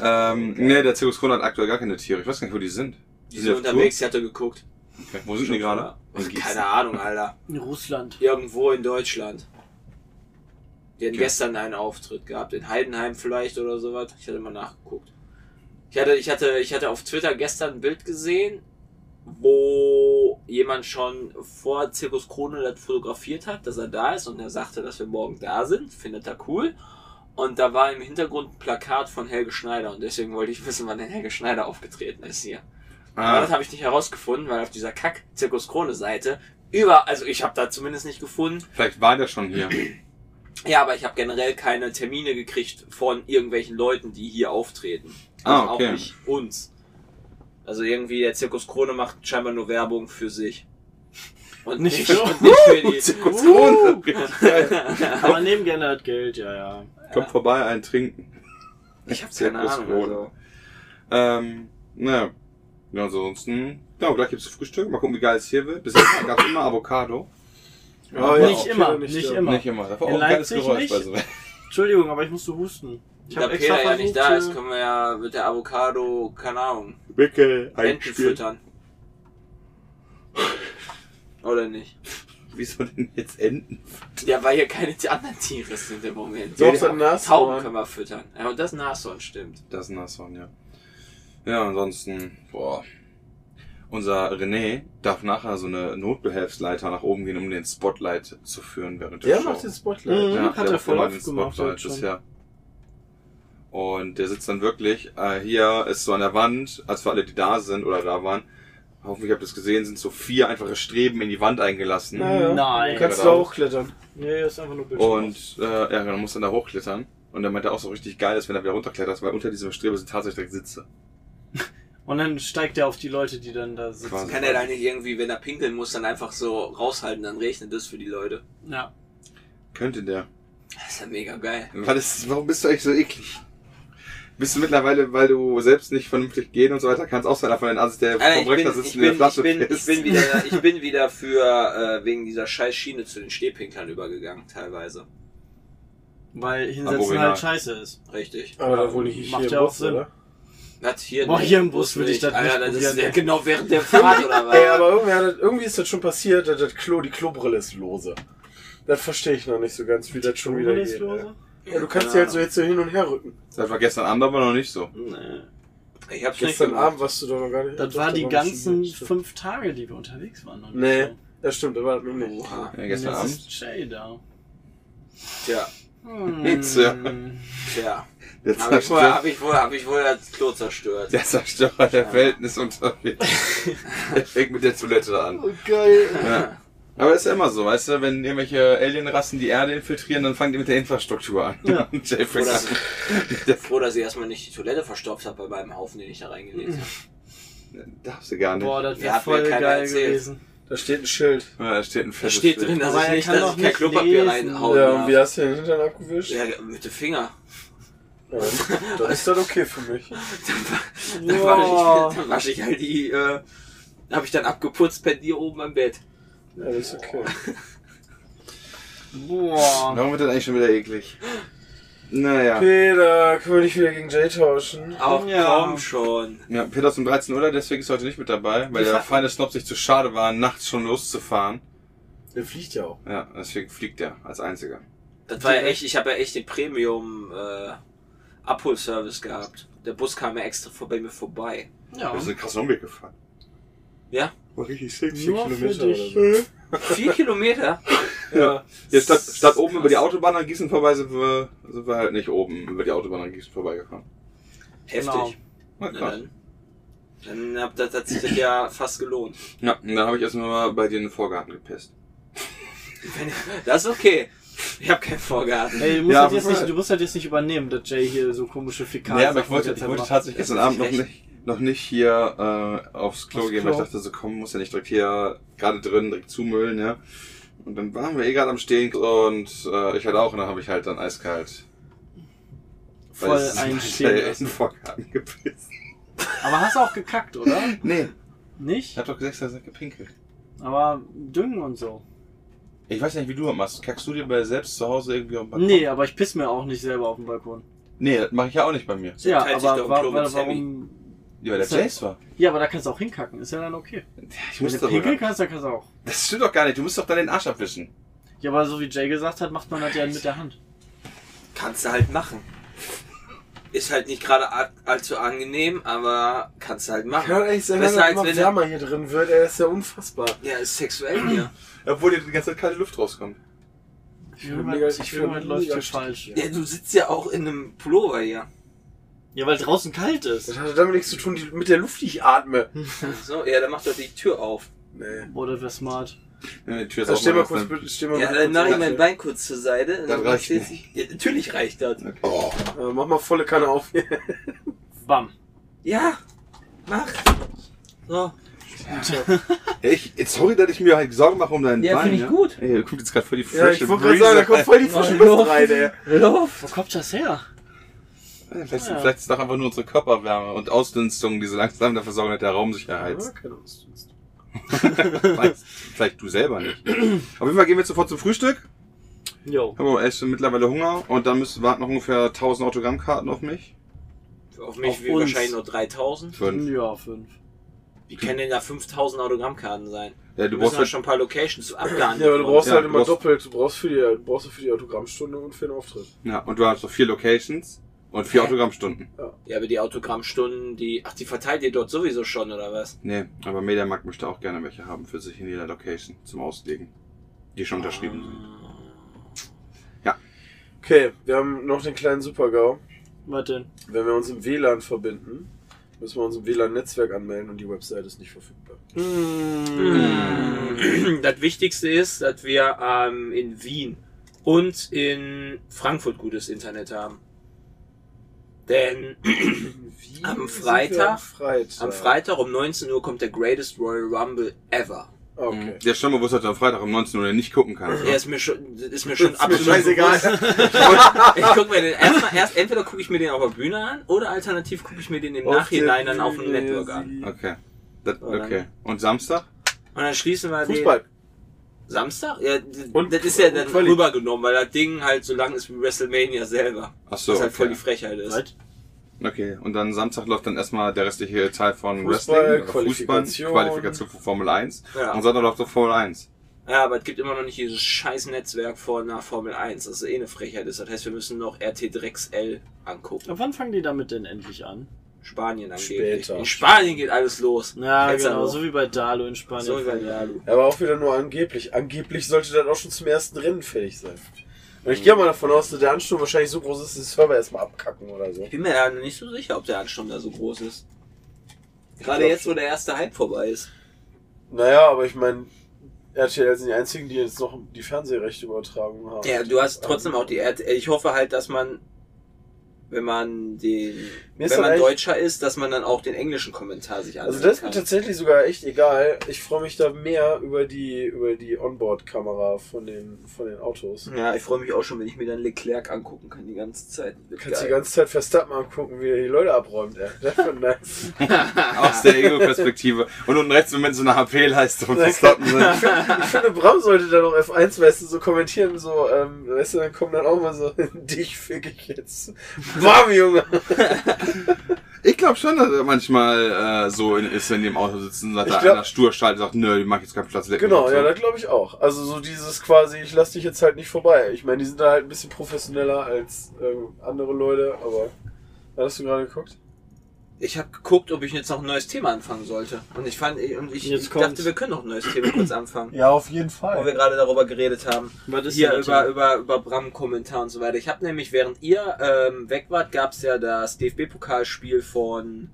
Speaker 2: ähm, nee, der Zirkusgrund hat aktuell gar keine Tiere. Ich weiß gar nicht, wo die sind.
Speaker 5: Die sind unterwegs, die hat er geguckt.
Speaker 2: Tour? Okay. Wo sind die gerade? In Gießen.
Speaker 5: Keine Ahnung, Alter.
Speaker 4: In Russland.
Speaker 5: Irgendwo in Deutschland. Die hatten
Speaker 2: Okay.
Speaker 5: gestern einen Auftritt gehabt, in Heidenheim vielleicht oder sowas. Ich hatte mal nachgeguckt. Ich hatte, ich hatte, ich hatte auf Twitter gestern ein Bild gesehen, wo jemand schon vor Zirkus Krone das fotografiert hat, dass er da ist und er sagte, dass wir morgen da sind. Findet er cool. Und da war im Hintergrund ein Plakat von Helge Schneider und deswegen wollte ich wissen, wann der Helge Schneider aufgetreten ist hier. Aber das
Speaker 2: Ah,
Speaker 5: habe ich nicht herausgefunden, weil auf dieser Kack-Zirkus-Krone-Seite über, also ich habe da zumindest nicht gefunden.
Speaker 2: vielleicht war der schon hier.
Speaker 5: Ja, aber ich habe generell keine Termine gekriegt von irgendwelchen Leuten, die hier auftreten.
Speaker 2: Ah,
Speaker 5: Also
Speaker 2: okay.
Speaker 5: Auch nicht uns. Also irgendwie der Zirkus Krone macht scheinbar nur Werbung für sich. Und nicht, und nicht für die.
Speaker 2: Uh.
Speaker 5: Uh,
Speaker 2: Zirkusgrund. Richtig geil.
Speaker 4: Aber nehmen gerne das Geld, ja, ja.
Speaker 2: Kommt vorbei, einen trinken.
Speaker 5: Ich habe keine
Speaker 2: Zirkus
Speaker 5: Ahnung.
Speaker 2: Krone.
Speaker 5: Also.
Speaker 2: Ähm, naja. Ja, ansonsten. Genau, gleich gibt's Frühstück. Mal gucken, wie geil es hier wird. Bis jetzt gab's immer Avocado.
Speaker 3: Ja,
Speaker 2: aber
Speaker 4: nicht
Speaker 2: auch-
Speaker 4: immer,
Speaker 3: okay,
Speaker 4: nicht,
Speaker 3: ja.
Speaker 4: immer.
Speaker 2: Nicht immer. Da war auch
Speaker 4: In
Speaker 2: ein geiles
Speaker 4: Leipzig
Speaker 2: Geräusch
Speaker 4: nicht?
Speaker 2: bei so
Speaker 4: Entschuldigung, aber ich musste husten. Ich
Speaker 5: Da
Speaker 4: habe extra
Speaker 5: Peter ja
Speaker 4: versucht,
Speaker 5: nicht da
Speaker 4: äh,
Speaker 5: ist, können wir ja mit der Avocado, keine Ahnung,
Speaker 2: Wickel
Speaker 5: Enten füttern. Oder nicht?
Speaker 2: Wieso denn jetzt Enten?
Speaker 5: Ja, weil hier keine anderen Tiere sind im Moment.
Speaker 3: Doch,
Speaker 5: Ja,
Speaker 3: so ein Nashorn.
Speaker 5: Tauben können wir füttern. Ja, und das Nashorn stimmt.
Speaker 2: Das ist ein Nashorn, ja. Ja, ansonsten, boah. Unser René darf nachher so eine Notbehelfsleiter nach oben gehen, um den Spotlight zu führen während der
Speaker 3: Der
Speaker 2: Show.
Speaker 3: macht den Spotlight.
Speaker 4: Mhm.
Speaker 2: Ja,
Speaker 4: Hat
Speaker 2: der
Speaker 4: er
Speaker 2: macht
Speaker 4: voll
Speaker 2: immer
Speaker 4: oft
Speaker 2: den
Speaker 4: gemacht,
Speaker 2: Spotlight
Speaker 4: heute schon.
Speaker 2: bisher. halt, Und der sitzt dann wirklich, äh, hier ist so an der Wand, als für alle, die da sind oder da waren, hoffentlich habt ihr es gesehen, sind so vier einfache Streben in die Wand eingelassen.
Speaker 3: Naja.
Speaker 4: Nein.
Speaker 3: Du kannst da hochklettern.
Speaker 4: Nee, ist einfach nur Bildschirm.
Speaker 2: Und äh, ja, genau, muss dann da hochklettern. Und dann meint er auch so richtig geil, ist, wenn er wieder runterklettert, weil unter diesem Strebe sind tatsächlich direkt Sitze.
Speaker 4: Und dann steigt er auf die Leute, die dann da sitzen.
Speaker 2: Quasi.
Speaker 5: Kann er da nicht irgendwie, wenn er pinkeln muss, dann einfach so raushalten, dann regnet es für die Leute.
Speaker 4: Ja.
Speaker 2: Könnte der.
Speaker 5: Das ist ja mega geil.
Speaker 2: Weil das, warum bist du eigentlich so eklig? Bist du mittlerweile, weil du selbst nicht vernünftig gehen und so weiter kannst, auch sein, von den Ansatz, der
Speaker 5: Alter,
Speaker 2: vom
Speaker 5: Äh, ich,
Speaker 2: Rechner
Speaker 5: bin,
Speaker 2: sitzt
Speaker 5: ich,
Speaker 2: und in der
Speaker 5: bin, ich,
Speaker 2: Flasche
Speaker 5: bin, ich,
Speaker 2: pisst.
Speaker 5: bin wieder, ich bin wieder für äh, wegen dieser scheiß Schiene zu den Stehpinklern übergegangen, teilweise.
Speaker 4: Weil
Speaker 2: Am
Speaker 4: hinsetzen
Speaker 2: Original.
Speaker 4: halt scheiße ist.
Speaker 5: Richtig.
Speaker 3: Aber da wohl nicht
Speaker 4: Macht
Speaker 3: hier
Speaker 4: ja
Speaker 3: im
Speaker 4: auch
Speaker 3: Bus,
Speaker 4: Sinn.
Speaker 3: oder?
Speaker 5: Was hier
Speaker 4: Boah, hier im Bus würde ich das
Speaker 5: Alter,
Speaker 4: nicht
Speaker 5: das ist
Speaker 4: probieren.
Speaker 5: ja genau während der Fahrt oder
Speaker 3: Ey,
Speaker 5: was?
Speaker 3: aber irgendwie, hat das, irgendwie ist das schon passiert, dass das Klo, die Klobrille ist lose. Das verstehe ich noch nicht so ganz, wie das schon wieder geht. ey.
Speaker 4: Wohnungslose?
Speaker 3: Ja, du kannst die halt so jetzt so hin und her rücken.
Speaker 2: Das war gestern Abend aber noch nicht so.
Speaker 4: Nee.
Speaker 5: Ich hab's nicht
Speaker 3: Gestern
Speaker 5: gemacht.
Speaker 3: Abend warst du doch noch gar nicht.
Speaker 4: Das
Speaker 3: doch,
Speaker 4: waren
Speaker 3: da
Speaker 4: die
Speaker 3: war bestimmt
Speaker 4: ganzen
Speaker 3: nicht.
Speaker 4: fünf Tage, die wir unterwegs waren. noch nicht
Speaker 3: Nee,
Speaker 4: so.
Speaker 3: das stimmt, da war das noch nicht.
Speaker 4: Oh.
Speaker 5: Oha.
Speaker 2: Ja, gestern
Speaker 4: Jetzt
Speaker 2: Abend.
Speaker 4: ist Jay da.
Speaker 5: Ah, Tja,
Speaker 2: Jetzt, ja.
Speaker 4: Hm.
Speaker 5: tja.
Speaker 2: Der
Speaker 5: Habe ich, wohl-
Speaker 2: Zerstörer,
Speaker 5: hab ich, wohl- hab ich wohl das Klo zerstört.
Speaker 2: der Zerstörer der Welten ist unterwegs. der fängt mit der Toilette an.
Speaker 5: Oh,
Speaker 4: Geil.
Speaker 2: Ja. Aber das ist ja immer so, weißt du, wenn irgendwelche Alienrassen die Erde infiltrieren, dann fangen die mit der Infrastruktur an.
Speaker 4: Ja.
Speaker 2: Und Jay fängt
Speaker 5: Oder
Speaker 2: an.
Speaker 5: so. Froh, dass ich erstmal nicht die Toilette verstopft habe bei meinem Haufen, den ich da reingelegt habe.
Speaker 2: Darfst du gar nicht.
Speaker 4: Boah, das
Speaker 5: Ja,
Speaker 4: wäre
Speaker 5: hat mir
Speaker 4: voll
Speaker 5: keiner
Speaker 4: geil
Speaker 5: erzählt.
Speaker 4: gewesen.
Speaker 3: Da steht ein Schild.
Speaker 2: Ja, da steht ein
Speaker 5: Da
Speaker 2: fettes
Speaker 5: steht
Speaker 2: Schild.
Speaker 5: drin, dass
Speaker 4: Aber
Speaker 5: ich
Speaker 4: er
Speaker 5: nicht,
Speaker 4: kann
Speaker 5: dass
Speaker 4: doch
Speaker 5: ich kein
Speaker 4: nicht
Speaker 5: Klopapier
Speaker 4: lesen.
Speaker 5: reinhauen
Speaker 3: Ja, und wie
Speaker 5: darf.
Speaker 3: hast du den Hintern abgewischt? Ja.
Speaker 5: Ja, mit dem Finger.
Speaker 3: Dann ist das okay für mich.
Speaker 5: Dann
Speaker 4: Boah.
Speaker 5: wasche ich, dann wasch ich halt die, äh, habe ich dann abgeputzt bei dir oben am Bett.
Speaker 3: Ja, das ist okay.
Speaker 4: Boah.
Speaker 2: Warum wird das eigentlich schon wieder eklig? Naja.
Speaker 3: Peter, können wir dich wieder gegen Jay tauschen?
Speaker 5: Auch
Speaker 4: Ja.
Speaker 5: komm schon.
Speaker 2: Ja, Peter ist um 13 Uhr, da, deswegen ist er heute nicht mit dabei, weil der feine Snob sich zu schade war, nachts schon loszufahren.
Speaker 3: Der fliegt ja auch.
Speaker 2: Ja, deswegen fliegt er als einziger.
Speaker 5: Das war ja echt, ich habe ja echt den Premium äh, Abholservice gehabt. Der Bus kam ja extra vor bei mir vorbei.
Speaker 4: Ja.
Speaker 2: Wir sind krass Umweg gefahren.
Speaker 5: Ja?
Speaker 2: War richtig sexy.
Speaker 3: Nur für
Speaker 2: Kilometer
Speaker 3: dich.
Speaker 2: oder
Speaker 5: Vier Kilometer?
Speaker 2: so. Ja. ja statt, statt oben über die Autobahn an Gießen vorbei sind wir, sind wir halt nicht oben über die Autobahn an Gießen vorbeigefahren.
Speaker 5: Heftig.
Speaker 4: Genau.
Speaker 2: Na,
Speaker 5: Na
Speaker 2: krass.
Speaker 5: dann. Dann hab, das, hat sich das ja fast gelohnt.
Speaker 2: Ja, und dann habe ich erstmal mal bei dir in den Vorgarten gepisst.
Speaker 5: Das ist okay. Ich habe keinen Vorgarten.
Speaker 4: Ey, du musst,
Speaker 2: Ja,
Speaker 4: das jetzt
Speaker 2: aber-
Speaker 4: nicht, du musst das jetzt nicht übernehmen, dass Jay hier so komische Fäkalien.
Speaker 2: Ja, aber ich wollte, ich wollte tatsächlich
Speaker 5: Das
Speaker 2: gestern
Speaker 5: ist
Speaker 2: Abend noch
Speaker 5: recht.
Speaker 2: nicht, noch nicht hier äh, aufs Klo
Speaker 4: Aufs
Speaker 2: gehen,
Speaker 4: Klo.
Speaker 2: weil ich dachte, so komm, muss ja nicht direkt hier gerade drin, direkt zumüllen, ja. Und dann waren wir eh gerade am Stehen und äh, ich halt auch und dann habe ich halt dann eiskalt weil
Speaker 4: voll
Speaker 2: es- weil
Speaker 4: einstehen
Speaker 2: er in den
Speaker 4: lassen.
Speaker 2: Vorgarten gepisst.
Speaker 4: Aber hast du auch gekackt, oder?
Speaker 2: Nee, ich
Speaker 4: Nicht?
Speaker 2: hab doch gesagt, ich hab gepinkelt.
Speaker 4: Aber Düngen und so.
Speaker 2: Ich weiß nicht, wie du das machst. Kackst du dir bei dir selbst zu Hause irgendwie auf den Balkon?
Speaker 4: Nee, aber ich piss mir auch nicht selber auf dem Balkon.
Speaker 2: Nee, das mache ich ja auch nicht bei mir.
Speaker 5: Sie
Speaker 4: Ja,
Speaker 5: teilt sich doch
Speaker 4: aber
Speaker 5: ein
Speaker 4: wa
Speaker 5: Klo mit
Speaker 4: wa
Speaker 5: Sammy.
Speaker 4: warum.
Speaker 2: Ja, weil der
Speaker 4: Ist ja-
Speaker 2: Jace war.
Speaker 4: Ja, aber da kannst du auch hinkacken. Ist ja dann okay.
Speaker 2: Ja, ich
Speaker 4: Wenn
Speaker 2: muss
Speaker 4: du
Speaker 2: doch.
Speaker 4: pinkeln kannst, dann kannst du auch.
Speaker 2: Das stimmt doch gar nicht. Du musst doch dann den Arsch abwischen.
Speaker 4: Ja, aber so wie Jay gesagt hat, macht man das ja mit der Hand.
Speaker 5: Kannst du halt machen. Ist halt nicht gerade all- allzu angenehm, aber kannst du halt machen.
Speaker 3: Kann eigentlich sein, dass
Speaker 5: Besser
Speaker 3: es
Speaker 5: als
Speaker 3: immer
Speaker 5: wenn er,
Speaker 3: wärmer hier drin wird. Er ist ja unfassbar.
Speaker 5: ja, ist sexuell hier.
Speaker 2: Obwohl dir die ganze Zeit kalte Luft rauskommt.
Speaker 4: Irgendwas irgendwas
Speaker 3: ich bin
Speaker 4: halt, läuft
Speaker 3: mega
Speaker 4: hier falsch.
Speaker 5: Ja, du sitzt ja auch in einem Pullover hier.
Speaker 4: Ja, weil draußen kalt ist.
Speaker 3: Das hat damit nichts zu tun die, mit der Luft, die ich atme.
Speaker 5: So, ja, dann mach doch die Tür auf.
Speaker 3: Nee.
Speaker 4: Boah, das wär smart.
Speaker 2: Wenn die Tür ist
Speaker 3: Also stell mal
Speaker 2: aufmachen,
Speaker 3: kurz,
Speaker 2: dann-
Speaker 3: bitte, stell mal
Speaker 5: Ja, äh,
Speaker 3: kurz
Speaker 5: dann mach ich
Speaker 3: auf.
Speaker 5: mein Bein kurz zur Seite. und
Speaker 2: Das
Speaker 5: dann
Speaker 2: reicht
Speaker 5: steht sie- Ja, natürlich reicht das.
Speaker 2: Oh,
Speaker 3: Äh, Mach mal volle Kanne auf.
Speaker 4: Bam.
Speaker 5: Ja, mach. So.
Speaker 2: Ja, ich, sorry, dass ich mir halt Sorgen mache um deinen
Speaker 5: Ja,
Speaker 2: Bein.
Speaker 5: finde ich gut.
Speaker 2: Ey, da kommt jetzt gerade voll die frische
Speaker 3: ja, ich wollte gerade
Speaker 2: Brise
Speaker 3: sagen, da kommt
Speaker 2: rein.
Speaker 3: voll die frische Luft rein, ey.
Speaker 4: Wo kommt das her?
Speaker 2: Ja, Vielleicht,
Speaker 4: Ja.
Speaker 2: vielleicht ist doch einfach nur unsere Körperwärme und Ausdünstung, die so langsam dafür sorgen, dass der Raum sich
Speaker 3: Ja,
Speaker 2: erheizt.
Speaker 3: keine Ausdünstung.
Speaker 2: Weiß- vielleicht du selber nicht. Auf jeden Fall gehen wir jetzt sofort zum Frühstück.
Speaker 4: Jo.
Speaker 2: Ich habe aber echt mittlerweile Hunger und dann müssen, warten noch ungefähr 1000 Autogrammkarten auf mich.
Speaker 5: Auf mich
Speaker 4: Auf
Speaker 5: wie
Speaker 4: uns.
Speaker 5: wahrscheinlich nur 3000.
Speaker 2: Fünf.
Speaker 4: Ja, fünf.
Speaker 5: Wie können denn da 5000 Autogrammkarten sein?
Speaker 2: Ja,
Speaker 5: Du
Speaker 2: du
Speaker 5: brauchst
Speaker 2: brauchst
Speaker 5: ja
Speaker 2: halt schon.
Speaker 5: schon ein paar Locations abgehandelt.
Speaker 3: Ja, aber du
Speaker 5: worden.
Speaker 3: brauchst
Speaker 2: Ja,
Speaker 3: halt
Speaker 2: du
Speaker 3: immer
Speaker 2: brauchst-
Speaker 3: doppelt. Du brauchst für die, brauchst du für die Autogrammstunde und für den Auftritt.
Speaker 2: Ja, und du hast so vier Locations und vier
Speaker 5: Hä?
Speaker 2: Autogrammstunden.
Speaker 5: Ja, aber die Autogrammstunden, die. Ach, die verteilt ihr dort sowieso schon, oder was?
Speaker 2: Nee, aber Mediamarkt möchte auch gerne welche haben für sich in jeder Location zum Auslegen. Die schon unterschrieben sind.
Speaker 3: Okay, wir haben noch den kleinen Super-GAU.
Speaker 4: Was denn?
Speaker 3: Wenn wir uns im WLAN verbinden, müssen wir uns im WLAN-Netzwerk anmelden und die Website ist nicht verfügbar.
Speaker 5: Das Wichtigste ist, dass wir ähm, in Wien und in Frankfurt gutes Internet haben. Denn
Speaker 3: Wie
Speaker 5: Am
Speaker 3: sind
Speaker 5: Freitag?
Speaker 3: wir Am Freitag.
Speaker 5: am Freitag um 19 Uhr kommt der Greatest Royal Rumble ever. Hm.
Speaker 3: Okay.
Speaker 2: Ja, schau mal, wo es heute am Freitag um 19 Uhr nicht gucken kann.
Speaker 5: Er ist mir schon, ist mir schon
Speaker 3: Ist mir
Speaker 5: absolut
Speaker 3: scheißegal.
Speaker 5: bewusst. Ich guck mir den erstmal erst, entweder gucke ich mir den auf der Bühne an oder alternativ gucke ich mir den im
Speaker 3: Auf
Speaker 5: Nachhinein
Speaker 3: der
Speaker 5: dann auf dem
Speaker 3: Bühne
Speaker 5: Network an.
Speaker 3: sie-
Speaker 2: Okay. Das,
Speaker 5: Oder
Speaker 2: okay. Und Samstag?
Speaker 5: Und dann schließen wir den
Speaker 3: Fußball.
Speaker 5: Samstag? Ja, d-
Speaker 3: Und-
Speaker 5: das ist ja
Speaker 3: und
Speaker 5: dann
Speaker 3: Quali.
Speaker 5: rübergenommen, weil das Ding halt so lang ist wie WrestleMania selber.
Speaker 2: Ach so,
Speaker 5: was halt voll
Speaker 2: okay.
Speaker 5: die Frechheit ist.
Speaker 4: Was?
Speaker 2: Okay. Und dann Samstag läuft dann erstmal der restliche Teil von
Speaker 3: Fußball,
Speaker 2: Wrestling, oder
Speaker 3: Qualifikation.
Speaker 2: Fußball, Qualifikation für Formel 1.
Speaker 5: Ja.
Speaker 2: Und Sonntag läuft doch Formel 1.
Speaker 5: Ja, aber es gibt immer noch nicht dieses scheiß Netzwerk vor nach Formel 1, das eh eine Frechheit ist. Das heißt, wir müssen noch RT Drex L angucken.
Speaker 4: Ab wann fangen die damit denn endlich an?
Speaker 5: Spanien angeblich.
Speaker 3: Später.
Speaker 5: In Spanien geht alles los.
Speaker 4: Na,
Speaker 5: Kennst du
Speaker 4: genau,
Speaker 5: auch.
Speaker 4: so wie bei Dalo in Spanien.
Speaker 5: So wie bei Dalu.
Speaker 3: Aber auch wieder nur angeblich. Angeblich sollte dann auch schon zum ersten Rennen fertig sein. Und ich gehe mal davon aus, dass der Ansturm wahrscheinlich so groß ist, dass die Server erstmal abkacken oder so.
Speaker 5: Ich bin mir ja nicht so sicher, ob der Ansturm da so groß ist. Gerade
Speaker 3: glaub
Speaker 5: jetzt, wo der erste Hype vorbei ist.
Speaker 3: Naja, aber ich meine, RTL sind die einzigen, die jetzt noch die Fernsehrechte übertragen haben.
Speaker 5: Ja, du hast trotzdem auch die RT. Ich hoffe halt, dass man wenn man den,
Speaker 3: Mir ist
Speaker 5: wenn
Speaker 3: dann
Speaker 5: man
Speaker 3: echt-
Speaker 5: Deutscher ist, dass man dann auch den englischen Kommentar sich ansehen
Speaker 3: Also das ist mir
Speaker 5: kann.
Speaker 3: tatsächlich sogar echt egal. Ich freue mich da mehr über die, über die Onboard-Kamera von den, von den Autos.
Speaker 5: Ja, ich freue mich auch schon, wenn ich mir dann Leclerc angucken kann die ganze Zeit.
Speaker 3: Du
Speaker 5: Wird
Speaker 3: kannst die
Speaker 5: geil.
Speaker 3: ganze Zeit Verstappen angucken, wie er die Leute abräumt. Ey. Das wird nice.
Speaker 2: Aus der Ego-Perspektive. Und unten rechts im Moment so eine HP-Leiste und Verstappen sind.
Speaker 3: Ich finde, Bram sollte dann auch F1, weißt du, so kommentieren, so, ähm, weißt du, dann kommen dann auch mal so, dich fick ich jetzt. Bam, Junge!
Speaker 2: Ich glaube schon, dass er manchmal äh, so in, ist, in dem Auto sitzen, dass
Speaker 3: Ich
Speaker 2: da
Speaker 3: glaub-
Speaker 2: einer stur schaltet und sagt, nö, ich mach jetzt keinen Platz. leck mich
Speaker 3: Genau,
Speaker 2: und so.
Speaker 3: ja, das glaube ich auch. Also so dieses quasi, ich lass dich jetzt halt nicht vorbei. Ich meine, die sind da halt ein bisschen professioneller als ähm, andere Leute, aber... Hast du gerade geguckt?
Speaker 5: Ich habe geguckt, ob ich jetzt noch ein neues Thema anfangen sollte. Und ich fand, und ich,
Speaker 4: Jetzt
Speaker 5: ich
Speaker 4: kommt's.
Speaker 5: dachte, wir können noch ein neues Thema kurz anfangen.
Speaker 3: Ja, auf jeden Fall.
Speaker 5: Wo Oh, wir gerade darüber geredet haben.
Speaker 4: Was ist
Speaker 5: Hier
Speaker 4: denn das
Speaker 5: über,
Speaker 4: denn?
Speaker 5: über, über Bram-Kommentar und so weiter. Ich habe nämlich, während ihr ähm, weg wart, gab's ja das DFB-Pokalspiel von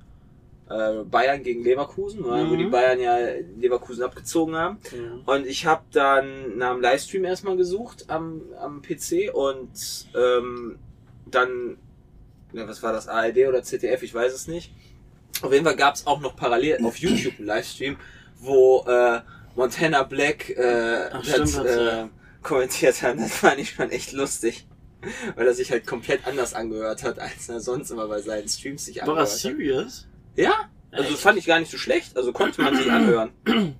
Speaker 5: äh, Bayern gegen Leverkusen, oder? wo
Speaker 4: Mhm.
Speaker 5: die Bayern ja Leverkusen abgezogen haben. Und ich habe dann nach dem Livestream erstmal gesucht am, am PC und ähm, dann, ja, was war das, ARD oder ZDF, ich weiß es nicht. Auf jeden Fall gab's auch noch parallel auf YouTube einen Livestream, wo äh, Montana Black äh,
Speaker 4: Ach, stimmt,
Speaker 5: hat,
Speaker 4: hat's,
Speaker 5: äh,
Speaker 4: ja.
Speaker 5: kommentiert hat. Das fand ich schon echt lustig. Weil er sich halt komplett anders angehört hat, als er sonst immer bei seinen Streams sich
Speaker 4: War
Speaker 5: angehört
Speaker 4: das
Speaker 5: hat.
Speaker 4: serious?
Speaker 5: Ja, also das fand ich gar nicht so schlecht. Also konnte man sich anhören. Kann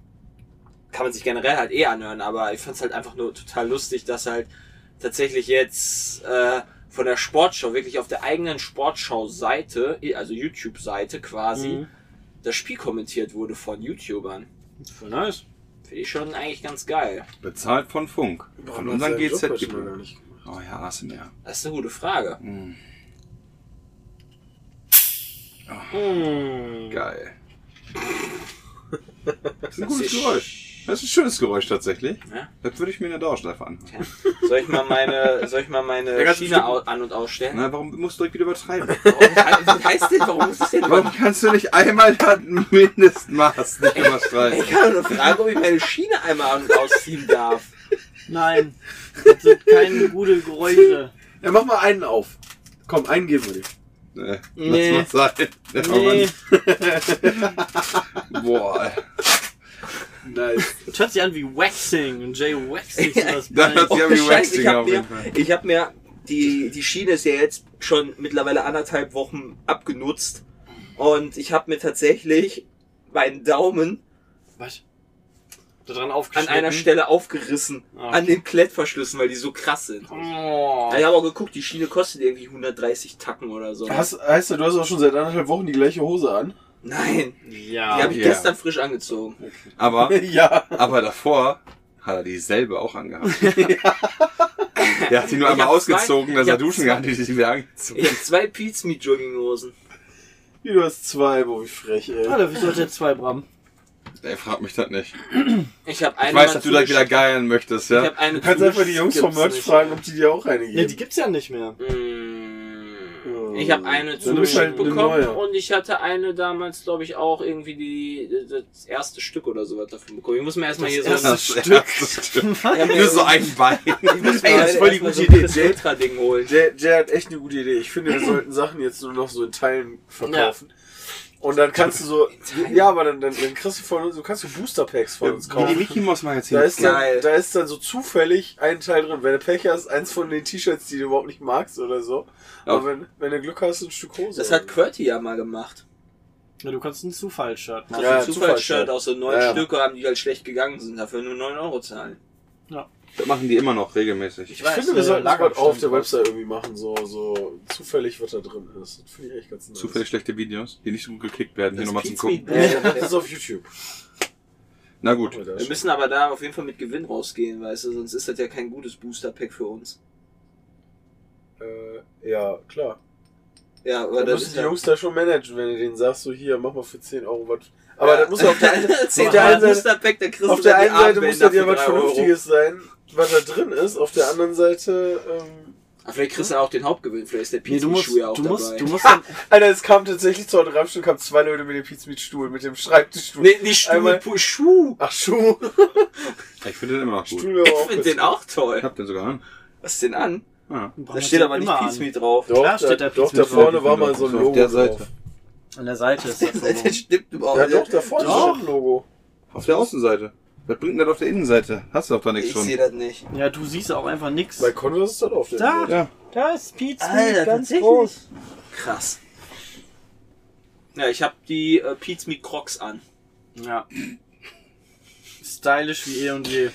Speaker 5: man sich generell halt eh anhören, aber ich fand's halt einfach nur total lustig, dass halt tatsächlich jetzt äh, von der Sportschau, wirklich auf der eigenen Sportschau-Seite, also YouTube-Seite quasi,
Speaker 4: Mhm.
Speaker 5: das Spiel kommentiert wurde von YouTubern.
Speaker 4: Voll nice.
Speaker 5: Finde ich schon eigentlich ganz geil.
Speaker 2: Bezahlt von Funk. Von unseren
Speaker 3: GZ-Gebühren.
Speaker 2: GZ-Gebühren. Oh ja, ASMR.
Speaker 5: Das ist eine gute Frage.
Speaker 3: Mhm.
Speaker 2: Geil. Das ist ein gutes Geräusch. Das ist ein schönes Geräusch tatsächlich.
Speaker 5: Ja.
Speaker 2: Das würde ich mir in der Dauerschleife anhören.
Speaker 5: Soll ich mal meine, soll ich mal
Speaker 2: Ja,
Speaker 5: meine
Speaker 2: ganz
Speaker 5: Schiene au-
Speaker 2: bestimmt.
Speaker 5: an- und ausstellen?
Speaker 2: Na, warum musst du direkt wieder übertreiben?
Speaker 5: Ne, Warum, was heißt denn, warum muss ich denn
Speaker 2: Warum kannst du nicht einmal das Mindestmaß nicht
Speaker 5: Ich
Speaker 2: überstreiten?
Speaker 5: kann nur fragen, ob ich meine Schiene einmal an- und ausziehen darf.
Speaker 4: Nein, das sind keine guten Geräusche.
Speaker 3: Ja, mach mal einen auf. Komm, einen geben wir dir.
Speaker 2: Nee.
Speaker 4: Nee.
Speaker 2: Lass mal sein. Ja,
Speaker 4: Nee,
Speaker 2: Mann. Boah.
Speaker 3: Nice.
Speaker 4: das hört sich an wie Waxing und Jay Wax sich sowas
Speaker 2: Das
Speaker 4: bei.
Speaker 2: hört sich- Ja, wie
Speaker 5: Scheiße, ich
Speaker 2: Waxing
Speaker 5: habe
Speaker 2: auf
Speaker 5: mir,
Speaker 2: jeden Fall.
Speaker 5: ich hab mir die, die Schiene ist ja jetzt schon mittlerweile anderthalb Wochen abgenutzt und ich habe mir tatsächlich meinen Daumen
Speaker 4: Oh, Was? Da dran
Speaker 5: an
Speaker 4: aufgeschnitten.
Speaker 5: einer Stelle aufgerissen,
Speaker 4: Ah.
Speaker 5: an den Klettverschlüssen, weil die so krass sind.
Speaker 4: Oh.
Speaker 5: Ich habe auch geguckt, die Schiene kostet irgendwie 130 Tacken oder so.
Speaker 3: Hast, heißt du, du hast auch schon seit anderthalb Wochen die gleiche Hose an?
Speaker 5: Nein, die
Speaker 4: Ja.
Speaker 5: habe ich
Speaker 2: Ja.
Speaker 5: gestern frisch angezogen.
Speaker 2: Aber,
Speaker 3: ja.
Speaker 2: aber davor hat er dieselbe auch angehabt. Der hat sie nur
Speaker 5: Ich
Speaker 2: einmal
Speaker 5: hab
Speaker 2: ausgezogen,
Speaker 5: zwei-
Speaker 2: dass
Speaker 5: ich
Speaker 2: er
Speaker 5: hab
Speaker 2: duschen
Speaker 5: zwei-
Speaker 2: kann, die sich wieder angezogen.
Speaker 5: Ich habe zwei Pizza mit Jogginghosen.
Speaker 3: Wie, Du hast zwei, wo wie frech, ey.
Speaker 4: Warte, wieso hat der zwei Bram?
Speaker 2: Ey, frag mich das nicht.
Speaker 5: Ich habe
Speaker 2: Ich
Speaker 5: eine
Speaker 2: weiß,
Speaker 5: mal
Speaker 2: dass du das wieder
Speaker 5: zugeschickt.
Speaker 2: geiern möchtest,
Speaker 5: Ich
Speaker 2: ja?
Speaker 5: habe eine
Speaker 3: Du kannst einfach die Jungs vom
Speaker 4: Gibt's
Speaker 3: Merch
Speaker 4: nicht.
Speaker 3: fragen, ob die dir auch eine
Speaker 4: Ne, die
Speaker 3: geben.
Speaker 4: gibt's ja nicht mehr.
Speaker 5: Mm. Ich habe eine
Speaker 3: Hm. Dann nimm
Speaker 5: zugeschickt
Speaker 3: halt eine
Speaker 5: bekommen
Speaker 3: neue.
Speaker 5: und ich hatte eine damals, glaube ich, auch irgendwie die, das erste Stück oder sowas davon bekommen. Ich muss mir erstmal hier so ein,
Speaker 2: Das erste Stück.
Speaker 5: Ja,
Speaker 2: Nur so ein Bein.
Speaker 5: ich muss mir
Speaker 3: Ey, das ist voll die
Speaker 5: erstmal
Speaker 3: gute
Speaker 5: so ein
Speaker 3: Idee.
Speaker 5: Chris
Speaker 3: Jade-
Speaker 5: Ultra-Ding holen.
Speaker 3: Jay, Jay hat echt eine gute Idee. Ich finde, wir sollten Sachen jetzt nur noch so in Teilen verkaufen. Und dann kannst du so. Ja, aber dann, dann, dann kriegst du von uns, du kannst du Booster Packs von uns
Speaker 2: Die
Speaker 3: kaufen.
Speaker 2: Mickey Mouse Magazin.
Speaker 3: Da ist,
Speaker 5: Geil.
Speaker 3: dann, da ist dann so zufällig ein Teil drin. Wenn du Pech hast, eins von den T-Shirts, die du überhaupt nicht magst oder so. Aber
Speaker 2: Ja.
Speaker 3: wenn, wenn du Glück hast, ein Stück Hose.
Speaker 5: Das hat Qwerty ja mal gemacht.
Speaker 4: Ja, du kannst ein Zufallsshirt machen.
Speaker 5: Also
Speaker 3: Ja,
Speaker 5: ja, ein
Speaker 3: Zufallsshirt.
Speaker 5: Zufallsshirt aus so neun
Speaker 3: Ja, ja.
Speaker 5: Stücke haben, die halt schlecht gegangen sind, dafür nur 9 Euro zahlen.
Speaker 2: Das machen die immer noch regelmäßig.
Speaker 3: ich finde,
Speaker 4: äh,
Speaker 3: wir sollten das mal
Speaker 4: Lagerbestand
Speaker 3: auf der
Speaker 4: drauf.
Speaker 3: Website irgendwie machen, so, so zufällig, was da drin ist. Das finde ich echt ganz nice.
Speaker 2: Zufällig schlechte Videos, die nicht so gut geklickt werden. Hier
Speaker 5: Das
Speaker 2: nochmal zum
Speaker 5: Pizza
Speaker 2: Gucken.
Speaker 5: Meat-
Speaker 3: Ja, ja, das ist auf YouTube.
Speaker 2: Na gut.
Speaker 5: Wir müssen aber da auf jeden Fall mit Gewinn rausgehen, weißt du, sonst ist das ja kein gutes Booster-Pack für uns.
Speaker 3: Äh, ja, klar.
Speaker 5: Ja, aber
Speaker 3: Da müssen
Speaker 5: das ist halt
Speaker 3: die
Speaker 5: ja,
Speaker 3: Jungs da schon managen, wenn du denen sagst, so hier, mach mal für 10 Euro was. Aber das muss ja auf der einen, auf der einen Seite,
Speaker 5: Booster-Pack, da kriegst
Speaker 3: auf
Speaker 5: du
Speaker 3: der
Speaker 5: dann die
Speaker 3: einen Seite muss
Speaker 5: Armbänder
Speaker 3: das ja
Speaker 5: für
Speaker 3: was
Speaker 5: drei Euro.
Speaker 3: Vernünftiges sein, was da drin ist. Auf der anderen Seite, ähm,
Speaker 5: Aber vielleicht kriegst du auch den Hauptgewinn, vielleicht ist der
Speaker 4: Nee, du musst,
Speaker 5: Pizza-Schuh ja auch
Speaker 4: du
Speaker 5: dabei.
Speaker 4: musst, du musst, dann,
Speaker 3: Alter, es kam tatsächlich zu Autogrammstuhl, kamen zwei Leute mit dem Pizza mit Stuhl, mit dem Schreibtischstuhl.
Speaker 5: nee, nicht Stuhl,
Speaker 3: Einmal-
Speaker 5: Pu- Schuh.
Speaker 3: Ach, Schuh.
Speaker 2: Ich finde den immer noch gut.
Speaker 3: Stuhl wäre
Speaker 5: Ich finde
Speaker 3: ganz
Speaker 5: den
Speaker 3: gut.
Speaker 5: auch
Speaker 2: Ich
Speaker 5: toll.
Speaker 2: hab den sogar an. Ah,
Speaker 5: Was ist denn an?
Speaker 2: Ja, Ja.
Speaker 5: Da steht aber nicht Pizmeat drauf.
Speaker 3: Doch,
Speaker 4: Klar steht
Speaker 3: da,
Speaker 4: da
Speaker 3: doch
Speaker 4: Pizza
Speaker 3: da vorne
Speaker 2: drauf.
Speaker 3: war mal so ein
Speaker 2: Auf
Speaker 3: Logo
Speaker 2: der
Speaker 3: drauf.
Speaker 2: Seite.
Speaker 4: An der Seite ist das so.
Speaker 5: Das stimmt
Speaker 3: Ja
Speaker 5: überhaupt
Speaker 3: doch,
Speaker 5: nicht.
Speaker 3: da vorne
Speaker 4: Doch.
Speaker 3: ist ein Logo.
Speaker 2: Auf der Außenseite. Was bringt denn das auf der Innenseite? Hast du doch da nichts
Speaker 5: Ich
Speaker 2: schon.
Speaker 5: sehe das nicht.
Speaker 4: Ja, du siehst auch einfach nix.
Speaker 3: Bei Converse ist das auf der
Speaker 4: Da,
Speaker 3: Seite.
Speaker 4: da ist Pizza
Speaker 5: Alter,
Speaker 4: ganz
Speaker 5: tatsächlich?
Speaker 4: groß.
Speaker 5: Krass. Ja, ich habe die äh, Pizmeat Crocs an.
Speaker 4: Ja. Stylisch wie eh und je.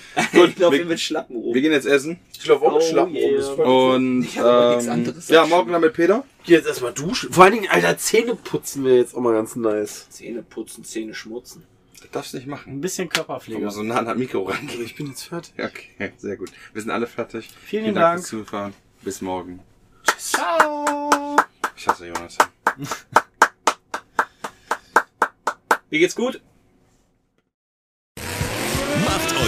Speaker 5: ich glaube,
Speaker 2: wir-
Speaker 5: wir mit Schlappen
Speaker 2: Wir
Speaker 5: oben.
Speaker 2: gehen jetzt essen.
Speaker 3: Ich glaube auch mit
Speaker 4: Oh
Speaker 3: Schlappen
Speaker 4: yeah.
Speaker 3: oben ist voll-
Speaker 2: Und
Speaker 5: Ich hab aber nichts
Speaker 2: ähm,
Speaker 5: anderes
Speaker 2: ja,
Speaker 5: als
Speaker 2: morgen dann mit Peter.
Speaker 3: Geh jetzt erstmal duschen. Vor allen Dingen, Alter, Zähne putzen wäre jetzt auch mal ganz nice.
Speaker 5: Zähne putzen, Zähne schmutzen.
Speaker 2: Das darfst du nicht machen.
Speaker 4: Ein bisschen
Speaker 2: Komm mal
Speaker 4: Körperpflege.
Speaker 2: so nah an das Mikro rangehen.
Speaker 3: Ich bin jetzt fertig.
Speaker 2: Ja, Okay, sehr gut. Wir sind alle fertig. Vielen,
Speaker 4: Dank.
Speaker 2: fürs Zufahren. Bis morgen.
Speaker 4: Ciao.
Speaker 2: Ich hasse Jonathan.
Speaker 5: Mir geht's gut.
Speaker 6: Macht